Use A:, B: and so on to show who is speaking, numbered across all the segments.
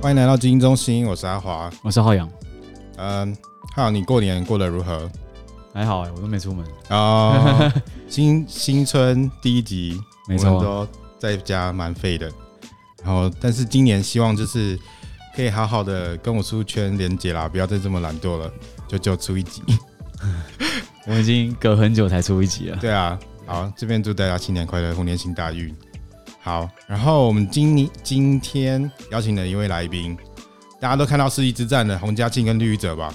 A: 欢迎来到基因中心，我是阿华。
B: 我是浩洋，
A: 嗯，浩，你过年过得如何？
B: 还好哎、我都没出门。
A: 哦，新新春第一集，
B: 没错啊
A: 我们都在家蛮废的。然后，但是今年希望就是可以好好的跟我舒圈连接啦，不要再这么懒惰了，就就出一集。
B: 我已经隔很久才出一集了。
A: 对啊，好，这边祝大家新年快乐，虎年行大运。好，然后我们今年今天邀请了一位来宾，大家都看到世纪之战的洪家庆跟绿衣者吧，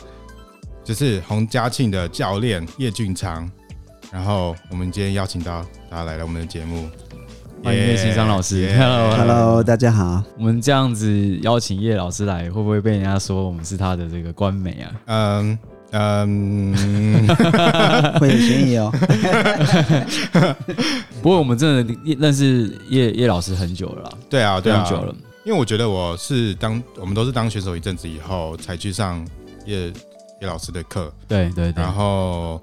A: 就是洪家庆的教练叶俊昌。然后我们今天邀请到大家来了我们的节目，
B: 欢迎叶欣商老师 Hello
A: 哎
C: Hello，大家好。
B: 我们这样子邀请叶老师来，会不会被人家说我们是他的这个官媒啊？
A: 嗯嗯，
C: 会有悬疑哦。
B: 不过我们真的认识叶叶老师很久了啦，
A: 对啊，
B: 非
A: 对
B: 常
A: 啊，
B: 久了。
A: 因为我觉得我是当我们都是当选手一阵子以后才去上叶叶老师的课，
B: 对对对
A: 然，后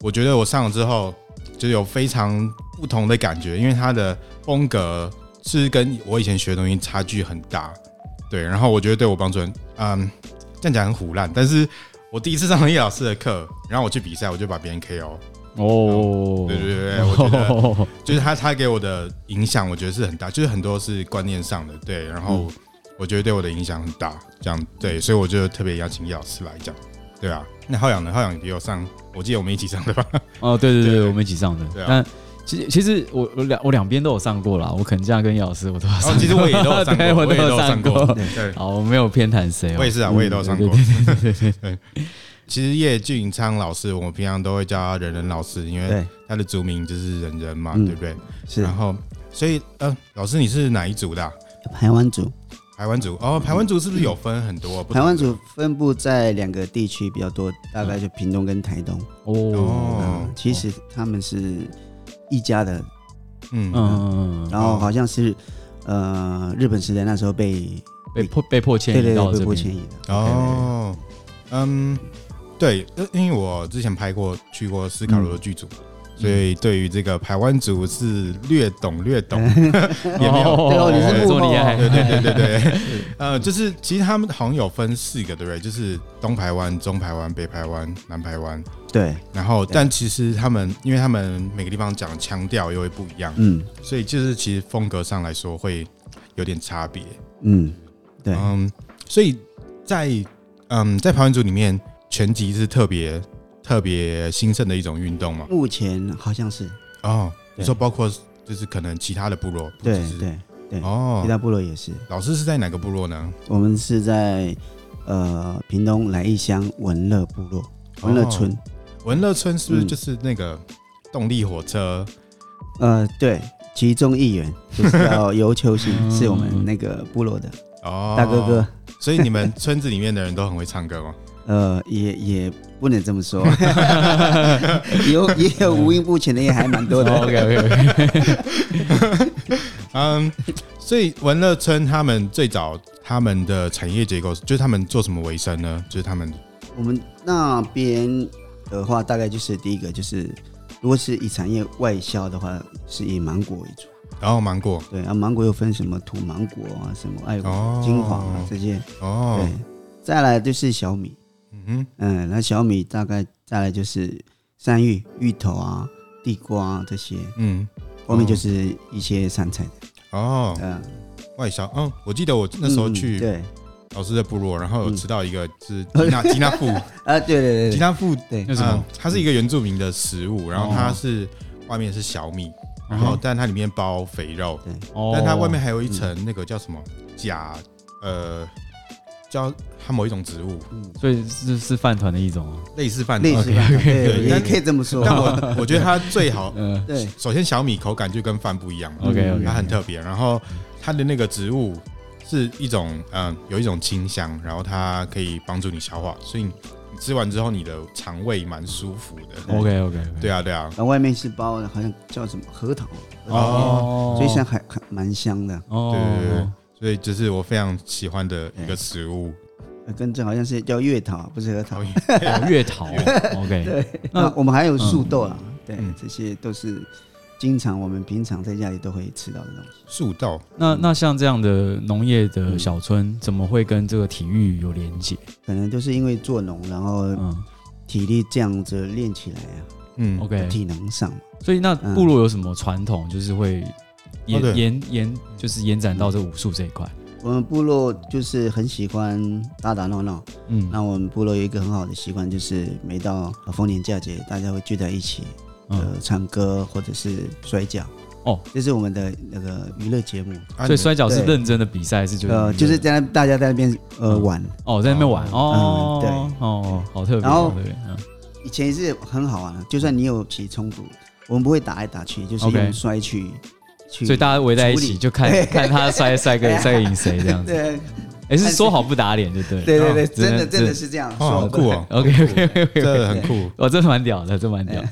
A: 我觉得我上了之后，就有非常不同的感觉，因为他的风格是跟我以前学的东西差距很大。对，然后我觉得对我帮助很，嗯，这样讲很胡乱，但是我第一次上了叶老师的课，然后我去比赛，我就把别人 KO。
B: 哦，
A: 对对对对，我觉得
B: 哦
A: 就是他他给我的影响，我觉得是很大，就是很多是观念上的，对，然后我觉得对我的影响很大，这样对，所以我就特别邀请叶老师来讲，对啊。那浩洋呢？浩洋也有上，我记得我们一起上的吧？
B: 哦，对对
A: 对
B: 对，
A: 对
B: 我们一起上的。
A: 对啊
B: 但其实其实我我两我两边都有上过啦，我可能这样跟叶老师我都 有
A: 然
B: 上
A: 后哦其实我也都有上
B: 对
A: 过，
B: 我
A: 也
B: 都有
A: 都上
B: 上过
A: 对，
B: 好，我没有偏袒谁哦
A: 我。也是啊，我也都有上过
B: 对。
A: 对，其实叶俊昌老师，我们平常都会叫他仁仁老师，因为
C: 对，
A: 他的族名就是仁仁嘛，
C: 嗯
A: 对不对？
C: 是
A: 然后，所以呃，老师你是哪一组的啊？
C: 台湾组，
A: 台湾族哦，台湾族是不是有分很多？不同
C: 台
A: 的
C: 湾组分布在两个地区比较多，大概就屏东跟台东。
B: 哦，
A: 哦
C: 嗯，，其实他们是一家的，
A: 嗯
B: 嗯嗯，嗯嗯
C: 然后好像是呃日本时代那时候被
B: 被迫被迫
C: 对
B: 迁
C: 对
B: 移到
C: 对被
B: 这
C: 迫
B: 边。
C: 迁移的。
A: 哦，嗯，对，呃因为我之前拍过去过斯卡罗的剧组。所以对于这个台湾族是略懂略懂，也没有
B: 哦
C: 对哦你是幕
B: 这么
C: 后
B: 厉害，
A: 对 对对对 对，呃，就是其实他们好像有分四个，对不对？就是东排湾、中排湾、北排湾、南排湾。
C: 对，
A: 然后，
C: 对
A: 但其实他们，因为他们每个地方讲的腔调又会不一样，
C: 嗯
A: 所以就是其实风格上来说会有点差别。
C: 嗯，对，
A: 嗯，所以在嗯在排湾组里面，拳击是特别特别兴盛的一种运动嘛。
C: 目前好像是
A: 哦，你
C: 对
A: 说包括就是可能其他的部落，不
C: 对
A: 只是
C: 对，
A: 哦
C: 其。他部落也是。
A: 老师是在哪个部落呢？
C: 我们是在呃屏东来义乡文乐部落文乐
A: 哦
C: 村。
A: 文乐村是不是
C: 嗯
A: 就是那个动力火车？
C: 呃，对，其中一员就是叫尤 秋兴，是我们那个部落的
A: 嗯哦，
C: 大哥哥。。
A: 所以你们村子里面的人都很会唱歌吗？
C: 呃，也也不能这么说， 有也有五音不全的，也还蛮
B: 哦
C: 多
A: 哦
C: 的。
B: OK OK OK，
A: 嗯，所以文乐村他们最早他们的产业结构就是他们做什么为生呢？就是他们
C: 我们那边的话，大概就是第一个就是，如果是以产业外销的话，是以芒果为主。
A: 然后芒果
C: 对啊，芒果又分什么土芒果啊，什么爱国、
A: 哦
C: 金黄啊这些。
A: 哦
C: 对，，再来就是小米，
A: 嗯哼，
C: 嗯，那小米大概再来就是山芋、芋头啊、地瓜、啊、这些，
A: 嗯，
C: 后面就是一些山菜。
A: 哦，
C: 嗯，
A: 外销，嗯，我记得我那时候
C: 嗯
A: 去
C: 对，
A: 老师的部落，然后有吃到一个是吉
C: 嗯
A: 纳吉纳富，
C: 啊，对对
A: 吉
C: 对
A: 纳富，
C: 对
B: 那
C: 对，
B: 什么
A: 嗯，它是一个原住民的食物，然后它
B: 哦
A: 是外面是小米，然
B: 嗯
A: 后但它里面包肥肉，
B: 哦
A: 但它外面还有一层那个叫什么甲，呃，叫它某一种植物，
B: 所以是是饭团的一种啊。
A: 类似饭
C: 类
A: 团。
C: 似吧，对，
A: 对
C: 也
A: 但
C: 可以这么说。
A: 但 我我觉得它最好，
B: 嗯，
C: 对，嗯
A: 首先小米口感就跟饭不一样嘛
B: OK，OK
A: 它很特别。然后它的那个植物是一种嗯、呃有一种清香，然后它可以帮助你消化，所以你吃完之后你的肠胃蛮舒服
C: 哦
A: 的。
B: OK OK OK，
A: 对啊，对啊，
C: 然后呃外面是包的，好像叫什么核桃，
A: 哦
C: 所以像还还蛮香的。
B: 哦
A: 对对对所以这是我非常喜欢的
C: 哎
A: 一个食物。
C: 呃跟这好像是叫月桃，不是核
A: 哦
C: 桃。
B: 哦月桃 OK，
C: 那我们还有树豆啊，对
A: 嗯，
C: 这些都是经常我们平常在家里都会吃到的东西。
A: 树豆
B: 那那像这样的农业的小村，怎么会跟这个体育有连结？
C: 可能都是因为做农，然后
B: 嗯
C: 体力这样子练起来啊，
A: 嗯
B: ，OK。
C: 体能上嘛
B: 所以那部落有什么传统，就是会延、
A: 哦对
B: 延延，就是延展到这武术这一块？
C: 我们部落就是很喜欢打打闹闹。
B: 嗯
C: 那我们部落有一个很好的习惯，就是每到逢年假节，大家会聚在一起，
B: 嗯，
C: 呃，唱歌或者是摔跤。
B: 哦，
C: 这是我们的那个娱乐节目，
A: 啊
B: 所以摔跤是
C: 呃对
B: 认真的比赛，是就是
C: 呃，就是在那大家在那边呃
B: 嗯
C: 玩。
B: 哦，在那边玩哦，
C: 嗯对
B: 哦，好特别，
C: 然后
B: 好特别，嗯
C: 以前也是很好玩的，啊就算你有起冲突，我们不会打来打去，就是
B: OK
C: 用摔去去。
B: 所以大家围在一
C: 处
B: 起
C: 理
B: 就看看他摔摔个摔个赢谁这样子，
C: 对
B: 哎，是说好不打脸就对了，
C: 对对对，
B: 哦
C: 真的真的。
B: 只能
C: 是这样。
A: 哦，好
C: 说
A: 酷哦，
B: OK OK OK
A: 这很酷。
B: 哦，这蛮屌的，这蛮屌。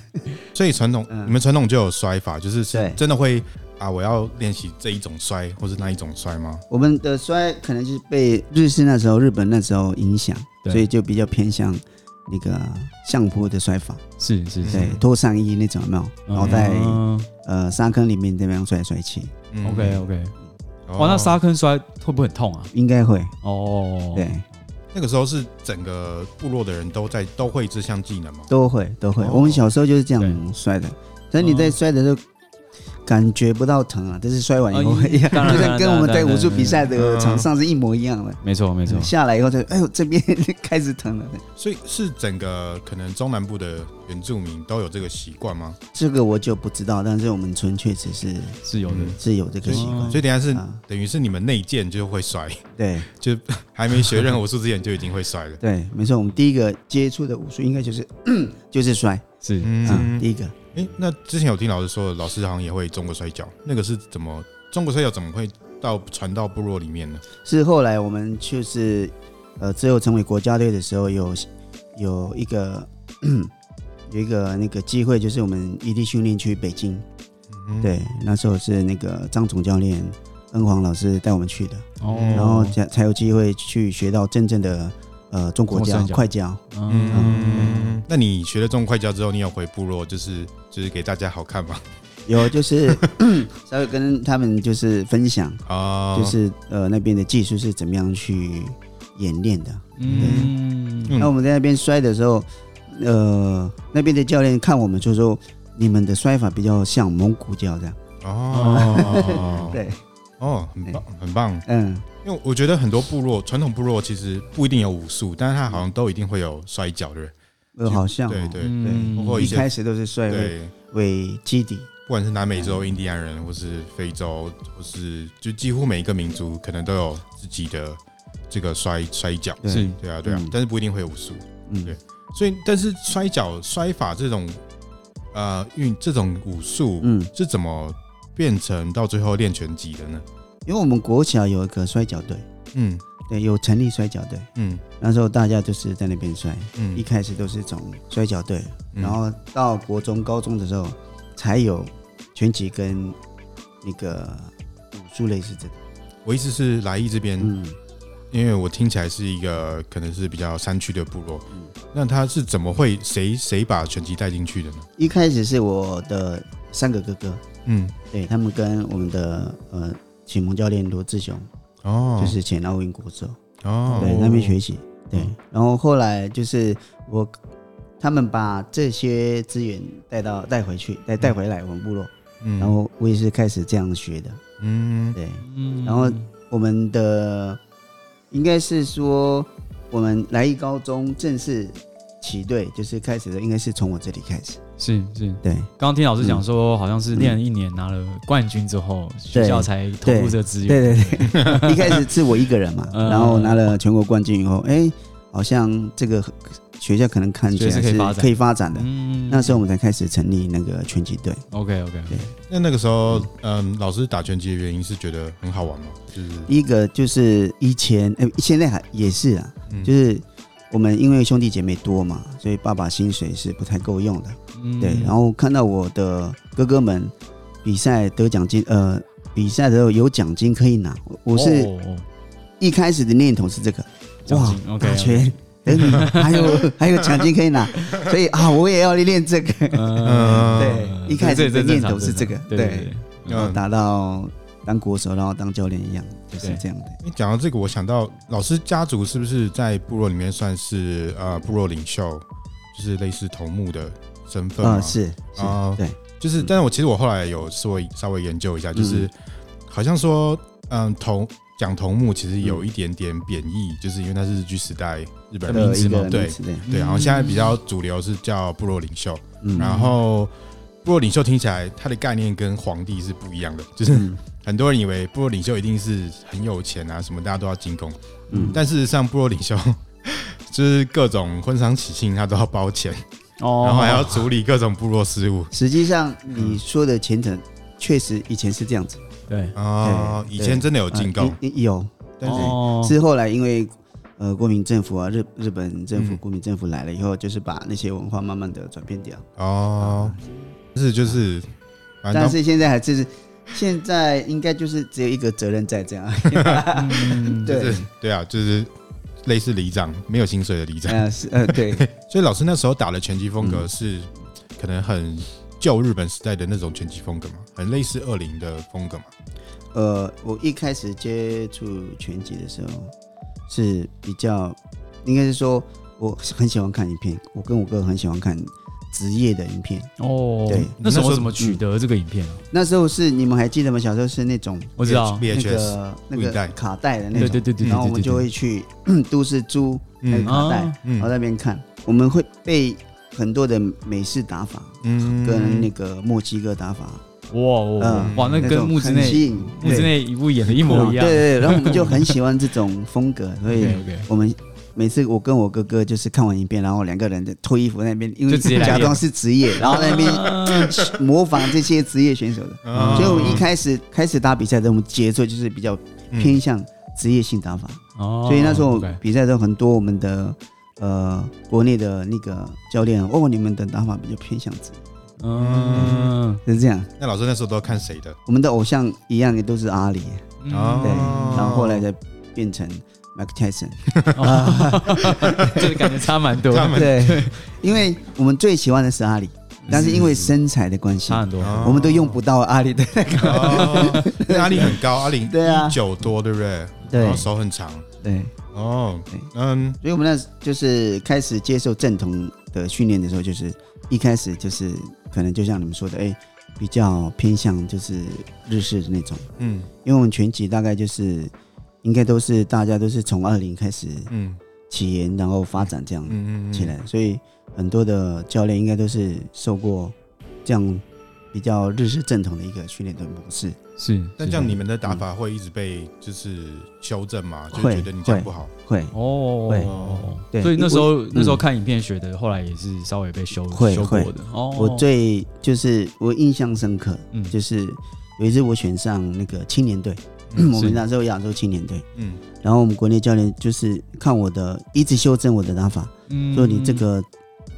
A: 所以传统
C: 嗯
A: 你们传统就有摔法，就是是
C: 对
A: 真的会啊，我要练习这一种摔或是那一种摔吗？
C: 我们的摔可能就是被日式那时候、日本那时候影响，
B: 对
C: 所以就比较偏向那个相扑的摔法，
B: 是是是，
C: 对，脱上衣那种有没
B: 哦
C: 有？然后在
B: 嗯
C: 呃沙坑里面这样摔来摔去，
A: 嗯
B: OK OK，
A: 哦
B: 哇，那沙坑摔会不会很痛啊？
C: 应该会
B: 哦，
C: 对，
A: 那个时候是整个部落的人都在都会这项技能吗？
C: 都会都会。
A: 哦
C: 我们小时候就是这样摔的，所以你
B: 哦
C: 在摔的时候。感觉不到疼啊，但是摔完以后
B: 哦
C: 会 一样，
B: 当然
C: 就像跟我们在武术比赛
A: 当然当
C: 的
A: 然
C: 场上是一模一样的。
B: 没错没错，
C: 下来以后就，哎呦，这边 开始疼了。
A: 所以是整个可能中南部的原住民都有这个习惯吗？
C: 这个我就不知道，但是我们村确实是
B: 是有的。
A: 嗯
C: 是有这个习惯。
A: 所以等一下是
C: 啊
A: 等于是你们内建就会摔，
C: 对
A: 就还没学任何武术之前就已经会摔了。
C: 对，没错，我们第一个接触的武术应该就是 就是摔，
B: 是
C: 嗯，
A: 嗯，
C: 第一个
A: 哎、那之前有听老师说，老师好像也会中国摔跤，那个是怎么中国摔跤怎么会到传到部落里面呢？
C: 是后来我们就是呃，最后成为国家队的时候，有有一个 有一个那个机会，就是我们异地训练去北京，
A: 嗯，
C: 对，那时候是那个张总教练、恩黄老师带我们去的，
B: 哦，
A: 嗯
C: 然后才才有机会去学到真正的呃中国
B: 中国
C: 跤
B: 摔跤
C: 快跤。
B: 嗯，
A: 嗯，那你学了中国快跤之后，你有回部落就是就是给大家好看吗？
C: 有就是 稍微跟他们就是分享，
A: 啊、
C: 就是呃那边的技术是怎么样去演练的。
B: 嗯，
C: 那我们在那边摔的时候，呃那边的教练看我们就说你们的摔法比较像蒙古跤这样。，
A: 哦
C: 对，
A: 哦，很棒，很棒。
C: 嗯，
A: 因为我觉得很多部落传统部落其实不一定有武术，但是它好像都一定会有摔跤的人。
C: 呃好像、哦、
A: 对对，
B: 嗯
A: 包括以
C: 一
A: 前
C: 开始都是摔为
A: 对，
C: 为基底。
A: 不管是南美洲印第安人，或是非洲，或是就几乎每一个民族，可能都有自己的这个摔摔跤。
C: 对
B: 是
A: 对啊，对啊，
C: 嗯
A: 但是不一定会有武术。
C: 嗯
A: 对所以，但是摔跤摔法这种呃运这种武术
C: 嗯，
A: 是怎么变成到最后练拳击的呢？
C: 因为我们国小有一个摔跤队，
A: 嗯
C: 对，有成立摔跤队，
A: 嗯
C: 那时候大家就是在那边摔，
A: 嗯
C: 一开始都是从摔跤队，
A: 嗯
C: 然后到国中、高中的时候才有拳击跟那个武术类似这个。
A: 我意思是来意这边
C: 嗯，
A: 因为我听起来是一个可能是比较山区的部落，
C: 嗯
A: 那他是怎么会谁谁把拳击带进去的呢？
C: 一开始是我的三个哥哥，
A: 嗯，
C: 对他们跟我们的呃启蒙教练罗志雄，
A: 哦，
C: 就是前奥运国手，
A: 哦，
C: 对那边学习。对
A: 嗯，
C: 然后后来就是我，他们把这些资源带到带回去，带带回来我们部落，
A: 嗯，
C: 然后我也是开始这样学的。
A: 嗯
C: 对，
B: 嗯
C: 然后我们的应该是说，我们来一高中正式起队，就是开始的，应该是从我这里开始。
B: 是是，
C: 对
B: 刚刚听老师
C: 嗯
B: 讲说，好像是练了一年拿了冠军之后，学校才投入这资源。
C: 对对对，一开始是我一个人嘛，
B: 嗯
C: 然后拿了全国冠军以后，哎，好像这个学校可能看起来
B: 觉得是可以发展
C: 可以发展的。
B: 嗯
C: 那时候我们才开始成立那个拳击队，
B: OK OK，
A: 那那个时候，嗯，老师打拳击的原因是觉得很好玩吗？就是
C: 第一个就是以前，哎，现在还也是啊，
A: 嗯
C: 就是我们因为兄弟姐妹多嘛，所以爸爸薪水是不太够用的，
B: 嗯
C: 对，然后看到我的哥哥们比赛得奖金，呃，比赛的时候有奖金
B: 哦
C: 可以拿，我我是一开始的念头是这个，
B: 奖
C: 哇，
B: 金
C: 打
B: OK，
C: 拳等你还有还有奖金可 以拿，所以啊，我也要练这个。
B: 嗯
C: 对一开始的念头是这个
B: 对对
C: 然
A: 嗯
C: 后达到当国手，然后当教练一样，就是
B: 对
C: 这样的。
A: 你讲到这个，我想到老师家族是不是在部落里面算是呃部落领袖，就是类似头目的身份
C: 啊、
A: 吗？
C: 是嗯是、
A: 哦
C: 对，
A: 就是，但是我其实我后来有稍微稍微研究一下，
C: 嗯
A: 就是、好像说，嗯，头讲头目其实有一点点贬义，就是因为它是日据时代日本人
B: 名
C: 嗯的
B: 字
C: 一个
B: 吗
A: 对
C: 名词对，
A: 对，然后现在比较主流是叫部落领袖，
C: 嗯，
A: 然后部落领袖听起来它的概念跟皇帝是不一样的，就是
C: 嗯
A: 很多人以为部落领袖一定是很有钱啊，什么大家都要进贡，
C: 嗯，
A: 但事实上部落领袖 就是各种婚丧喜庆他都要包钱，
B: 哦
A: 然后还要处理各种部落事务。
C: 实际上你说的前程确实以前是这样子，
B: 对
A: 哦，
C: 对
A: 以前真的有
C: 有
A: 进贡，
C: 有，
A: 但是
B: 哦
C: 是后来因为呃国民政府啊，日日本政府、
A: 嗯
C: 国民政府来了以后，就是把那些文化慢慢的转变掉。
A: 哦，是就是，反
C: 但
A: 正
C: 是现在还是现在应该就是只有一个责任在这样，
B: 嗯
A: 就
C: 对
A: 是，对啊，就是类似里长没有薪水的里长。
C: 呃是呃对，
A: 所以老师那时候打的拳击风
B: 嗯
A: 格是可能很旧日本时代的那种拳击风格嘛，很类似二零的风格嘛。
C: 呃我一开始接触拳击的时候是比较，应该是说我很喜欢看影片，我跟我哥很喜欢看职业的影片。
B: 哦
C: 对
A: 那
B: 那时
A: 时
B: 候
A: 候
B: 怎么取得这个影片啊？
C: 那时候是你们还记得吗？小时候是那种
B: 我知道，
C: 那
A: VHS
C: 个那
A: 录影带
C: 个卡带的那
B: 对
C: 种，
B: 对对对对，
C: 然后我们
B: 对
C: 就会去 都市租那个
A: 嗯
C: 啊卡带，
B: 哦
A: 嗯
C: 然后在那边看，我们会被很多的美式打法
A: 嗯
C: 跟那个墨西哥打法，
B: 哇哇
C: 嗯
B: 哇，那跟
C: 种
B: 木之
C: 很吸
B: 内
C: 引
B: 木之
C: 对
B: 内一部演的一模一样，
C: 对对对，然后我们就很喜欢这种风格，所以
B: OK，
C: 我们。每次我跟我哥哥就是看完影片，然后两个人就脱衣服在那边，因为
B: 就直接来
C: 假
B: 练
C: 装是职业，然后在那边 模仿这些职业选手的。
A: 哦
C: 所以我们一开始开始打比赛的，我们节奏就是比较
A: 嗯
C: 偏向职业性打法。
B: 哦，
C: 所以那时候
B: OK
C: 比赛的时候，很多我们的呃国内的那个教练哦，你们的打法比较偏向职业，
B: 嗯
C: 是这样。
A: 那老师那时候都看谁的？
C: 我们的偶像一样也都是阿里，
B: 嗯
A: 哦
C: 对，然后后来再变成 Mike Tyson，啊
B: 这个感觉差蛮多，
A: 差蛮
C: 对，因为我们最喜欢的是阿里，但是因为身材的关系
B: 差，很多，
A: 哦
C: 我们都用不到阿里的。
A: 哦，因为阿里很 高，阿里
C: 对啊
A: 一九多，对不对？
C: 对
A: 然后手很长。
C: 对，
A: 哦
C: 对，
A: 嗯，
C: 所以我们那就是开始接受正统的训练的时候，就是一开始就是可能就像你们说的，哎，比较偏向就是日式的那种。
A: 嗯
C: 因为我们全集大概就是应该都是大家都是从二零开始
A: 嗯
C: 起源，然后发展这样
A: 嗯嗯，
C: 起来，所以很多的教练应该都是受过这样比较日式正统的一个训练的模式。
B: 是，
A: 但
B: 是
A: 这样你们的打法会一直被就是修正吗？就
C: 嗯会
A: 觉得你这样不好。
C: 会会
B: 哦，
C: 对
B: 所以那时候
C: 嗯
B: 那时候看影片学的，后来也是稍微被修
C: 会
B: 修
C: 会
B: 过的。哦，
C: 我最就是我印象深刻，
B: 嗯
C: 就是有一次我选上那个青年队，
A: 嗯
C: 我
B: 是
C: 们那时候亚洲青年队，
A: 嗯
C: 然后我们国内教练就是看我的一直修正我的打法，
B: 嗯
C: 说你这个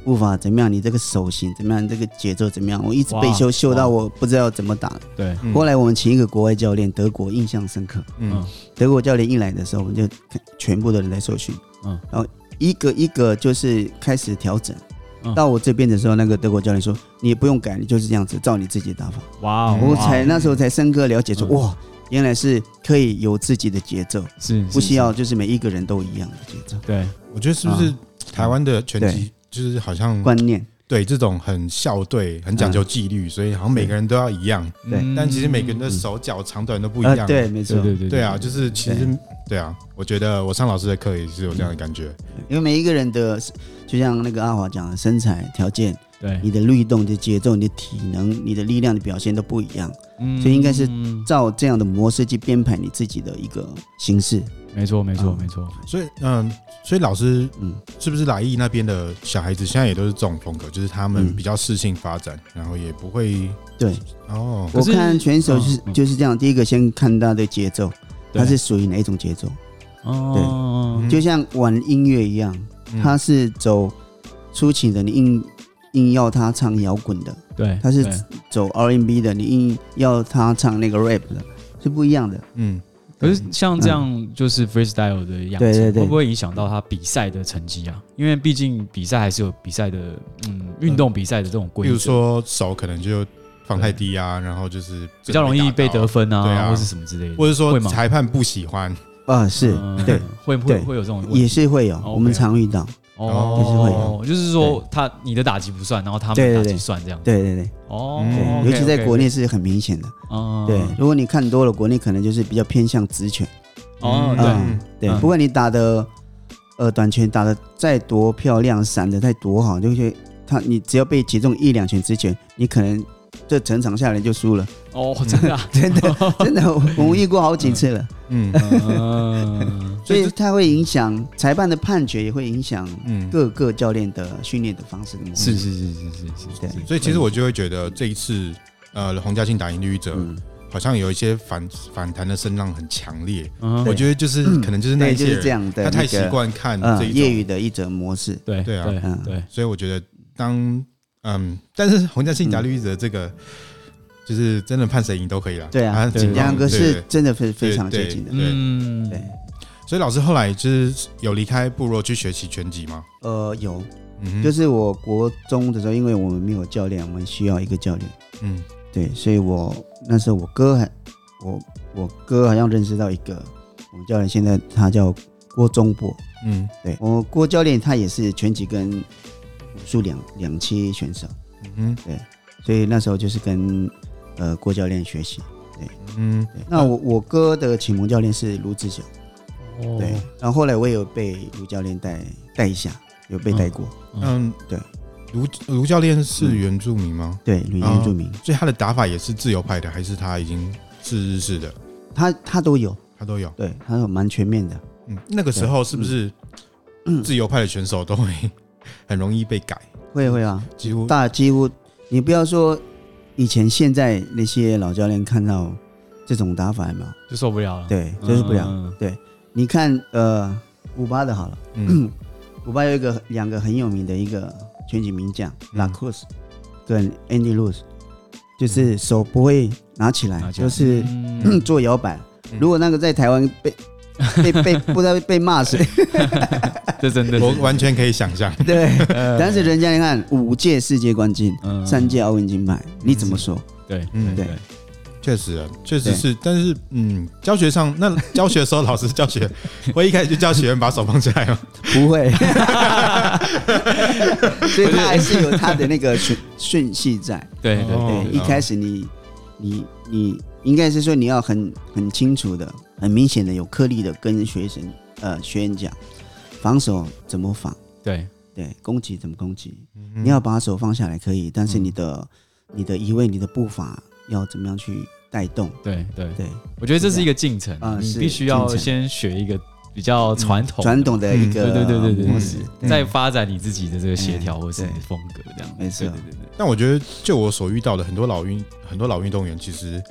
C: 步伐怎么样，你这个手型怎么样，你这个节奏怎么样，我一直被
B: 哇
C: 修修到
B: 哇
C: 我不知道怎么打。
B: 对，
A: 嗯
C: 后来我们请一个国外教练，德国印象深刻。
A: 嗯
C: 德国教练一来的时候，我们就看全部的人在受训，
B: 嗯
C: 嗯，然后一个一个就是开始调整。
B: 嗯
C: 到我这边的时候，那个德国教练说：“你也不用改，你就是这样子，照你自己的打法。
B: 哇哦，
C: 我
B: 哇哦
C: 才那时候才深刻了解说，
B: 嗯
C: 哇，原来是可以有自己的节奏，
B: 是
C: 不需，要
B: 是
C: 就是每一个人都一样的节奏
B: 是对，
A: 我觉得是不是台湾的拳击
C: 啊对
A: 就是好像
C: 观念。
A: 对这种很校队、很讲究纪律，所以好像每个人都要一样，
C: 嗯对
B: 嗯
A: 但其实每个人的手脚长短都不一
C: 啊，
A: 样。
C: 对，没错
B: 对，对对
A: 对啊，就是其实对啊，我觉得我上老师的课也是有这样的感觉。
C: 因为每一个人的，就像那个阿华讲的，身材条件、
B: 对，
C: 你的律动、你的节奏、你的体能、你的力量的表现都不一样，所以应该是
B: 嗯
C: 照这样的模式去编排你自己的一个形式。
B: 没错没错
C: 嗯
B: 没错，
A: 所以嗯，所以老师
C: 嗯，
A: 是不是来艺那边的小孩子现在也都是这种风格，就是他们
C: 嗯
A: 比较适性发展，然后也不会
C: 对，
A: 哦，
B: 可
C: 我
B: 是
C: 看选手就是
B: 嗯嗯
C: 就是这样，第一个先看他的节奏，
B: 对
C: 他是属于哪一种节奏，
B: 哦
A: 嗯
C: 就像玩音乐一样，
A: 嗯
C: 他是走抒情的，你硬硬要他唱摇滚的，
B: 对，
C: 他是
B: 对
C: 走 R&B 的，你硬要他唱那个 rap 的，是不一样的。
A: 嗯
B: 可是像这样就是 freestyle 的养
C: 嗯对
B: 成，
C: 对对
B: 会不会影响到他比赛的成绩啊？因为毕竟比赛还是有比赛的，嗯，运动比赛的这种规
A: 比
B: 则，
A: 如说手可能就放太低啊，然后就是
B: 比较容易被得
A: 分。
B: 分啊，
A: 对啊
B: 或是什么之类的，
A: 或者说
B: 会吗
A: 裁判不喜欢，
C: 啊，是
B: 嗯
C: 对，
B: 会会
C: 对
B: 会有这种问
C: 也
B: 题
C: 是会有，
B: OK
C: 我们常遇到。
B: 哦，就是说他你的打击不算，然后他们的
C: 对对
B: 打
C: 对
B: 击算这样子
C: 对对对
B: 哦
A: 嗯
C: 对，
B: ，OK，OK，
C: 尤其在国内是很明显的。
B: 嗯，
C: 对，如果你看多了，国内可能就是比较偏向直拳。
B: 哦
A: 嗯
B: 对
C: 嗯对，
B: 嗯
C: 不管你打的呃短拳打的再多漂亮，闪的再多好，就会他你只要被击中一两拳直拳，你可能这整场下来就输了。
B: 哦，真的啊
C: 真的真 的，我我们遇过好几次了。
A: 嗯
B: 嗯
C: 所以它会影响裁判的判决，也会影响
A: 嗯，
C: 各个教练的训练的方式跟模式。
B: 是是是是是是，
C: 对，
A: 所以其实我就会觉得这一次呃洪家庆打赢绿衣者，
C: 嗯，
A: 好像有一些反反弹的声浪很强烈，
B: 嗯
A: 我觉得就是可能就是那
C: 对，
A: 一
C: 就
A: 些
C: 是
A: 人
C: 这样的，
A: 他太
C: 那个
A: 习惯看这
C: 嗯
A: 一
C: 业
A: 种
C: 余的一则模式。
B: 对
A: 对啊
B: 对
C: 嗯
B: 对，
A: 所以我觉得当嗯，但是洪家庆打绿衣者这个，就是真的判谁赢都可以啦。
C: 嗯对啊，
A: 他
B: 对
A: 情况
C: 两个是
A: 对
C: 真的非
A: 对
C: 非常接近的
A: 对。
B: 嗯
C: 对，
A: 所以老师后来就是有离开部落去学习拳击吗？
C: 呃，有，
A: 嗯哼，
C: 就是是我国中的时候，因为我们没有教练，我们需要一个教练。
A: 嗯
C: 对，所以我那时候我哥还我我哥好像认识到一个我们教练，现在他叫郭忠博。
A: 嗯
C: 对我郭教练他也是拳击跟武术两两栖选手，
A: 嗯
C: 所以那时候就是跟呃郭教练学习。
A: 嗯
C: 对，那我我哥的启蒙教练是卢志祥，
B: 哦
C: 对，然后后来我也有被卢教练带带一下，有被带过，
A: 嗯，
C: 对。
A: 卢卢教练是原住民吗？
C: 对，原住民，
A: 所以他的打法也是自由派的，还是他已经是日式的？
C: 他他都有，
A: 他都有。
C: 对他有蛮全面的。
A: 嗯，那个时候是不是自由派的选手都会 很容易被改？
C: 会会啊，
A: 几乎
C: 大几乎你不要说以前现在那些老教练看到这种打法有没有？
B: 就受不了了，
C: 对，
B: 嗯，
C: 接受不了。
B: 嗯
C: 你看呃，古巴的好了，
A: 嗯
C: 古巴有一个两个很有名的一个拳击名将
A: 嗯
C: La Cruz 跟 Andy Luz，就是手不会拿起来，
B: 嗯拿起来
C: 就是
B: 嗯
C: 做摇摆。
A: 嗯
C: 如果那个在台湾被被被不知道被骂谁，
B: 这真的是
A: 我完全可以想象。
C: 对，但是人家你看五届世界冠军，
B: 嗯
C: 三届奥运金牌，你怎么说？
B: 对
A: 嗯
B: 对
C: 对
A: 确实啊，确实
C: 对
A: 是，但是嗯，教学上那教学的时候，老师教学会一开始就叫学员把手放起来吗？
C: 不会， 所以他还是有他的那个顺顺序在。
B: 对对
A: 哦
C: 对，
A: 对
C: 一
A: 啊
C: 开始你你你应该是说你要很很清楚的、很明显的、有颗粒的跟学生呃学员讲，防守怎么防，
B: 对
C: 对，攻击怎么攻击，你要把手放下来可以，但是你的、你的移位、你的步伐要怎么样去带动，
B: 对对，
C: 对，
B: 我觉得这是一个进程
C: 啊，
B: 你
C: 是
B: 必须要
C: 进程嗯
B: 先学一个比较传统
C: 传
B: 的嗯
C: 统的一
B: 对
C: 个
B: 对对对对
C: 模式，
B: 对，在发展你自己的这个协调
C: 嗯
B: 或是
C: 对
B: 你的风格这样。
C: 没错
B: 对对对对
A: 但我觉得，就我所遇到的很多老运很多老运动员，其实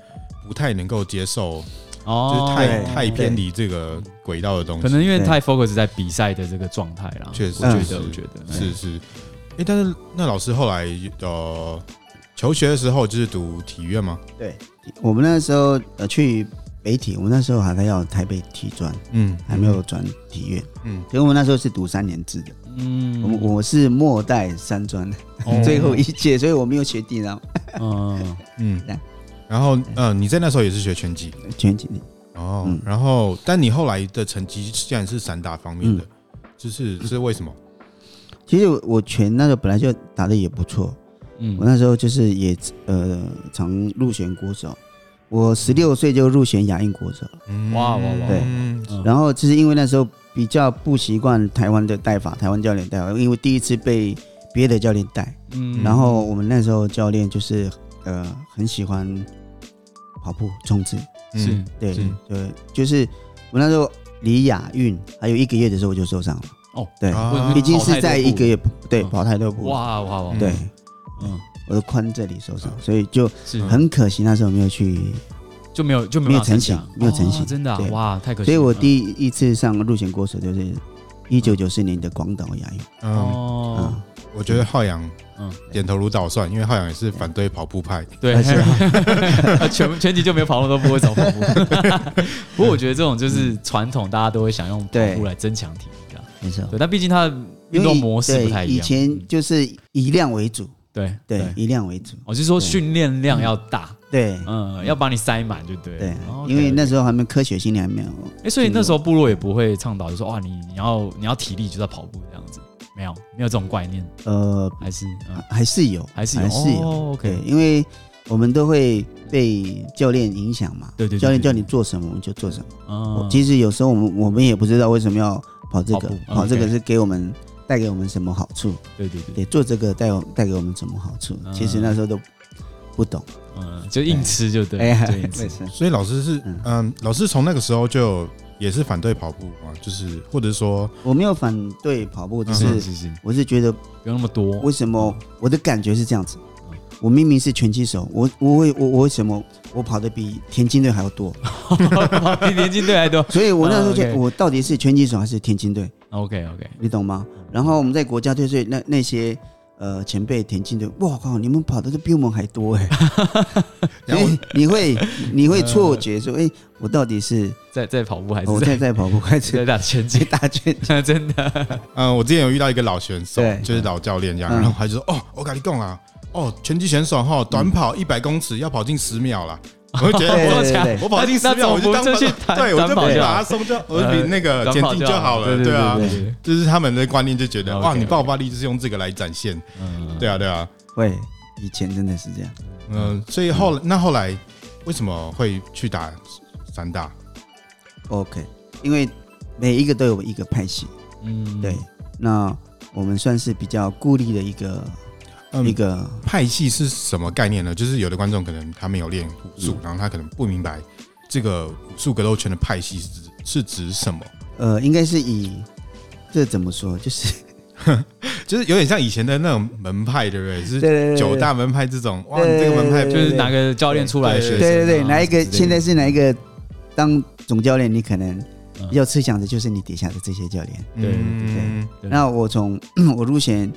A: 不太能够接受，就
B: 哦
A: 是太
C: 对
A: 太偏离这个轨道的东西。
B: 可能因为
C: 对
B: 太 focus 在比赛的这个状态啦。
A: 确实
B: 我觉
A: 确
B: 得
A: 实
B: 我觉得
A: 是是，哎，但是那老师后来呃求学的时候就是读体院吗？
C: 对，我们那时候呃去北体，我们那时候还在要台北体专，
A: 嗯，
C: 还没有转体院，
A: 嗯，
C: 所以我们那时候是读三年制的。
B: 嗯
C: 我我是末代三专，
A: 哦
C: 最后一届，所以我没有学弟然
B: 嗯
A: 嗯
C: 对，
A: 然后呃你在那时候也是学拳击
C: 前几年
A: 哦，
C: 嗯
A: 然后但你后来的成绩竟然是散打方面的，
C: 嗯
A: 就是是为什么？
C: 其实我我拳那时候本来就打的也不错，我
B: 嗯，
C: 那时候就是也呃常入选国手，我十六岁就入选亚运国手，
A: 嗯
B: 哇哇哇
C: 对
A: 嗯
B: 嗯
C: 然后就是因为那时候比较不习惯台湾的带法，台湾教练带法，因为第一次被别的教练带，
B: 嗯
C: 然后我们那时候教练就是呃很喜欢跑步冲刺，
B: 是
A: 嗯
C: 对
A: 是
C: 对，就是我那时候离亚运还有一个月的时候我就受伤了。
B: 哦，
C: 对，
A: 啊
C: 已经是在一个月对
B: 嗯
C: 跑太多步，
B: 哇哇哇，
C: 对
B: 嗯
C: 我的髋这里受伤，所以就是很可惜那时候没有去，
B: 就没有就
C: 没有
B: 办法参
C: 成型
B: 加
C: 没有成型
B: 哦真的啊
C: 对
B: 哇太可惜了，
C: 所以我第一次上入选国手就是一九九四年的广岛亚运
A: 嗯，
B: 哦，
C: 啊，
A: 我觉得浩洋
B: 嗯，
A: 点头如捣蒜，因为浩洋也是反对跑步派。
B: 对，
C: 而且
B: 全全集就没有跑动都不会找跑步。 不过我觉得这种就是传统，大家都会想用跑步来增强体力啦。
C: 没错，
B: 对，但毕竟它的运动模式不太
C: 对
B: 一样。
C: 以前
B: 嗯
C: 就是以量为主，
B: 对
C: 对，，以量为主，
B: 我是说
C: 对
B: 训练量要大，
C: 对
B: 嗯，要把你塞满就对了。哦
C: 对，
B: OK
C: 因为那时候还没科学训练还没有，
B: 哎，所以那时候部落也不会倡导，就说哇，你你要你要体力就在跑步这样子，没有没有这种观念，
C: 呃，
B: 还是嗯
C: 还是有，
B: 还是有
C: 还是有，
B: 哦，OK
C: 对，因为我们都会被教练影响嘛，
B: 对对对
C: 教练
B: 对
C: 叫你做什么我们就做什么。
B: 嗯，
C: 其实有时候我们我们也不知道为什么要跑这
B: 跑
C: 个
B: 步，
C: 跑这
B: OK
C: 个是给我们带给我们什么好处，
B: 对对对，
C: 对，做这个带我带给我们什么好处
B: 嗯，
C: 其实那时候都不懂，
B: 嗯，就硬吃就对
C: 哎
B: 了，
C: 呀
B: 就硬吃
C: 没。事
A: 所以老师是
C: 嗯
A: 嗯，老师从那个时候就也是反对跑步嘛，就是或者说
C: 我没有反对跑步，
A: 嗯
C: 只
B: 是
C: 是
B: 是是，
C: 我是觉得
B: 不用那么多。
C: 为什么我的感觉是这样子
B: 嗯。
C: 我明明是拳击手，我我为我我为什么我跑的比田径队还要多？
B: 比田径队还多。
C: 所以我那时候就
B: 啊，OK
C: 我到底是拳击手还是田径队？
B: OK OK，
C: 你懂吗？然后我们在国家队，所以那那些呃前辈田径队，哇靠，你们跑的都比我们还多哎、所
A: 然后
C: 以 你会你会错觉说，哎、我到底是哦
B: 在在跑步还
C: 我
B: 是
C: 在
B: 在
C: 在跑步还是
B: 在打拳
C: 在
B: 击？
C: 打 拳？
B: 真的，
A: 嗯，我之前有遇到一个老选手
C: 对，
A: 就是老教练这样，
C: 嗯
A: 然后他就说：“哦，我跟你讲啊，哦，拳击选手哈，短跑一百公尺要跑进十秒 啦。”我就觉
C: 对
A: 得
C: 对对
A: 我跑进十
B: 那
A: 秒，我
B: 那
A: 就当
B: 总不就去
A: 马对我就
B: 短跑
A: 比
B: 就
A: 马拉
B: 好，呃
A: 松就，我就比那 个
B: 短
A: 田
B: 跑
A: 径就好了，
B: 对
A: 对啊。
B: 对对，
A: 就是他们的观念就觉得
B: OK，
A: 哇，你
B: OK
A: 爆发力就是用这个来展现，
B: 嗯，
A: 对啊，对啊，
C: 会以前真的是这样，
A: 嗯，所以后来那后来为什么会去打散打？
C: OK，因为每一个都有一个派系，
B: 嗯
C: 对，那我们算是比较孤立的一
B: 嗯
C: 个、一个
A: 派系是什么概念呢？就是有的观众可能他没有练武
C: 嗯
A: 术，然后他可能不明白这个武术格斗圈的派系是指是指什么，
C: 呃，应该是以这怎么说， 就是
A: 就是有点像以前的那种门派，对不对？就是
C: 对对对
A: 九
C: 对
A: 大门派这种，哇，
C: 对
A: 你
C: 对
A: 这个门派
B: 就
A: 就是是
B: 哪个教练出来的学生啊，
C: 对对对，哪一
B: 什
C: 个
B: 么之类的
C: 现在是哪一个当总教练，你可能
B: 嗯
C: 要吃想的就是你底下的这些教练。
B: 对对对
A: 嗯
B: 对
C: 那我从 我入选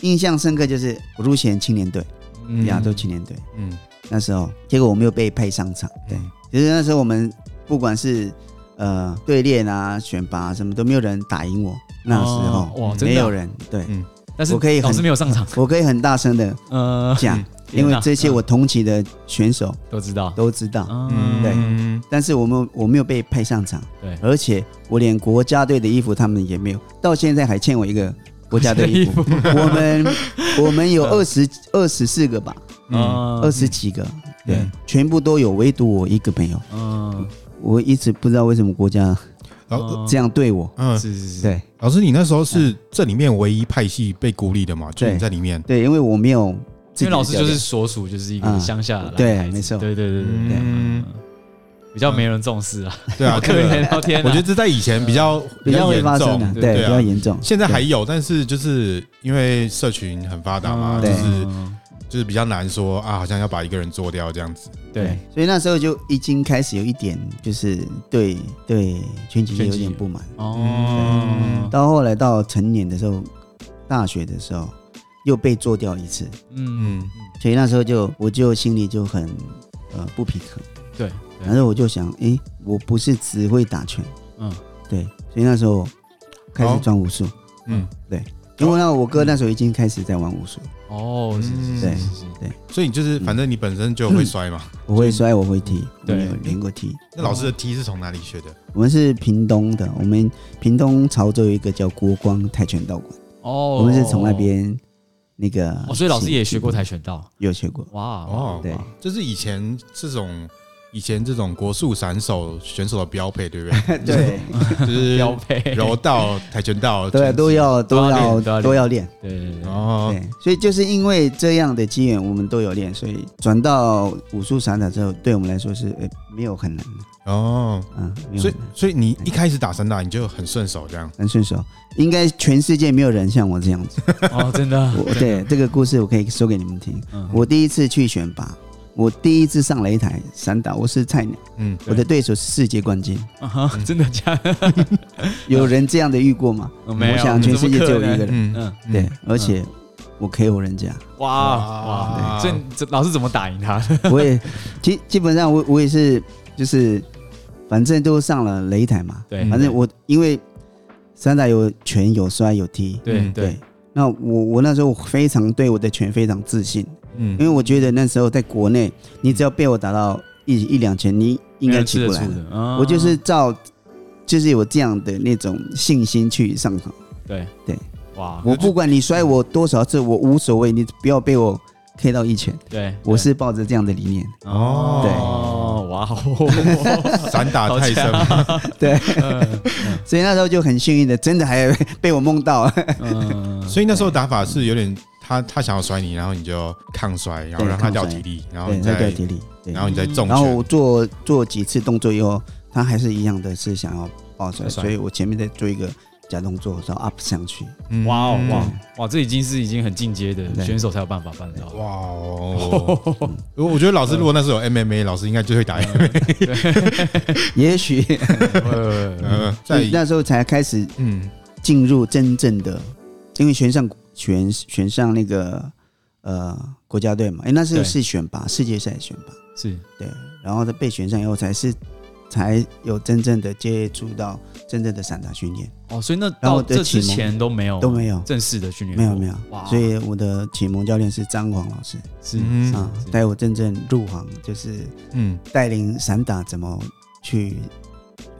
C: 印象深刻就是我入选青年队，
A: 嗯
C: 亚洲青年队
A: 嗯
C: 那时候，结果我没有被派上场。对，其实那时候我们不管是呃队练啊、选拔、啊、什么都没有人打赢我。那时
B: 哦
C: 候、
B: 哇，真
C: 没
B: 的
C: 有
B: 啊，
C: 人，对
A: 嗯
B: 但是
C: 我可以
B: 老师
C: 很
B: 没有上 场，
C: 我可以很大声的
B: 呃，
C: 讲， 因为这些我同期的选手
B: 都知道，
C: 都知道。
B: 嗯，
C: 对
A: 嗯
C: 但是我们我没有被派上场，
B: 对
C: 而且我连国家队的衣服他们也没有，到现在还欠我一个国家队 衣服。我们我们有二十二十四个吧，
B: 哦
A: 嗯
B: 啊
C: 二十几个，对，
A: 嗯
C: 全部都有，唯独我一个没有。
B: 嗯，
C: 我一直不知道为什么国家
A: 然后
C: 这样对我，
A: 嗯，
B: 哦啊是是是，
C: 对
A: 老师，你那时候是这里面唯一派系被孤立的嘛？就你
C: 对
A: 在里面，
C: 嗯对，因为我没有自己
B: 因
C: 的
B: 为老师
C: 教
B: 就
C: 练
B: 是所属就是一个
C: 嗯
B: 乡下来的
C: 对
B: 孩子
C: 没错
B: 对对对对对，
A: 嗯
B: 嗯比较没人重视啊，
A: 对啊，
B: 好可
A: 这个
B: 怜哦，天
A: 我
B: 哪，
A: 觉得这在以前比较
C: 比较会
A: 严
C: 发生
A: 重
C: 的，，
B: 对
C: 对，
A: 对
C: 比
A: 啊
C: 较严重。
A: 现在还有，但是就是因为社群很发达嘛，
B: 嗯
A: 就
C: 对
A: 是就是比较难说啊，好像要把一个人做掉这样子。
B: 对，，
C: 所以那时候就已经开始有一点，就是对对拳击界有点不满。
B: 哦，
A: 嗯
C: 到后来到成年的时候，大学的时候又被做掉一次，
B: 嗯，
A: 嗯，
C: 所以那时候就我就心里就很呃不平衡，
B: 对，
C: 然后我就想，诶，我不是只会打拳，
B: 嗯，
C: 对，所以那时候开始转武
B: 哦
C: 术，
A: 嗯，
C: 因为那我哥那时候已经开始在玩武术，
B: 哦，是是是是是，
A: 所以你就是反正你本身就会摔嘛。
B: 嗯
C: 我会摔，我会踢，我
B: 对
C: 没有练过踢。
A: 那老师的踢是从哪里学的？
B: 嗯
C: 我们是屏东的，我们屏东潮州有一个叫国光跆拳道馆，
B: 哦，
C: 我们是从那，边那个起，
B: 哦，所以老师也学过跆拳道，
C: 有学过，
B: 哇，
A: 哦
B: 哦，
C: 对
A: 就是以前这种以前这种国术散手选手的标配，对不 对？就
C: 对
A: 是
B: 标配，
A: 柔道、跆拳道，
C: 对，
A: 拳击
C: 都。要
B: 都要
C: 都要
B: 练都要练
C: 都要练。
B: 对对对，
A: 哦，
C: 对，所以就是因为这样的机缘，我们都有练，所以转到武术散打之后，对我们来说是呃没有很难的，
A: 哦，
C: 嗯，没有
A: 所
C: 很
A: 以
C: 难，
A: 所以你一开始打散打你就很顺手这样。
C: 很顺手。应该全世界没有人像我 这样子。
B: 哦，真的，
C: 我对这个故事我可以说给你们听。
B: 嗯
C: 我第一次去选拔，我第一次上擂台散打，我是菜鸟，
A: 嗯，
C: 我的对手是世界冠军。
B: 啊哈，真的假 的？
C: 有人这样的遇过吗？
B: 没有，
C: 我想全世界只有一个
B: 怎么可能。
C: 人。
A: 嗯
B: 嗯，
C: 对，而且我 KO 人家，
B: 哇
A: 哇
B: 哇，嗯这这老师怎么打赢他的？
C: 我也基基本上我我也是就是，反正都上了擂台嘛，
B: 对
A: 嗯
C: 反正我因为散打有拳有摔有踢，
B: 对
A: 嗯
B: 对，
C: 那我我那时候非常对我的拳非常自信，因
A: 嗯
C: 为我觉得那时候在国内，你只要被我打到一一两拳，你应
B: 没
C: 该
B: 人吃
C: 起
B: 得
C: 不来
B: 出
C: 了。
B: 的。啊
C: 我就是照，就是有这样的那种信心去上场。
B: 对
C: 对，
B: 哇，
C: 我不管你摔我多少次，我无所谓，你不要被我 K 到一拳。
B: 对，
C: 我
B: 对
C: 是抱着这样的理念。对嗯
B: 哦，哇哦，
A: 散打
B: 好
A: 太深
B: 强，啊
C: 对，
B: 嗯
C: 所以那时候就很幸运的，真的还被我梦到。
B: 嗯，
A: 所以那时候打法是有点他他想要甩你，然后你就抗摔，然后
C: 对
A: 让他掉
C: 抗摔
A: 体力，然后
C: 对，
A: 你
C: 那
A: 再
C: 对体力。对，
A: 然后你再重
C: 然后我
A: 拳，
C: 做做几次动作以后，他还是一样的是想要抱出来，
A: 再摔
C: 所以我前面再做一个假动作，然后 up 上去。
A: 嗯
B: 哇哦哇哦
C: 嗯
B: 哇，这已经是已经很进阶的
C: 对
B: 选手才有办法办到。
A: 哇哦！我我觉得老师如果那时候有 MMA，老师应该就会打 MMA。
C: 也许
B: 嗯
A: 呃，
C: 所
A: 在
C: 以嗯 那时候才开始
A: 嗯
C: 进入真正的，因为选上选选上那个呃国家队嘛，哎、那时候
B: 对
C: 是选拔世界赛选拔，
B: 是
C: 对，然后他被选上以后才是才有真正的接触到真正的散打训练，
B: 哦，所以那
C: 然后
B: 到
C: 我的
B: 这之
C: 启蒙
B: 前都没有
C: 都没有
B: 正式的训练
C: 没
B: 过，
C: 有没有
B: 哇，，
C: 所以我的启蒙教练是张广老师
B: 是
A: 嗯
B: 是
C: 啊
B: 是，
C: 带我真正入行，就是
A: 嗯，
C: 带领散打怎么去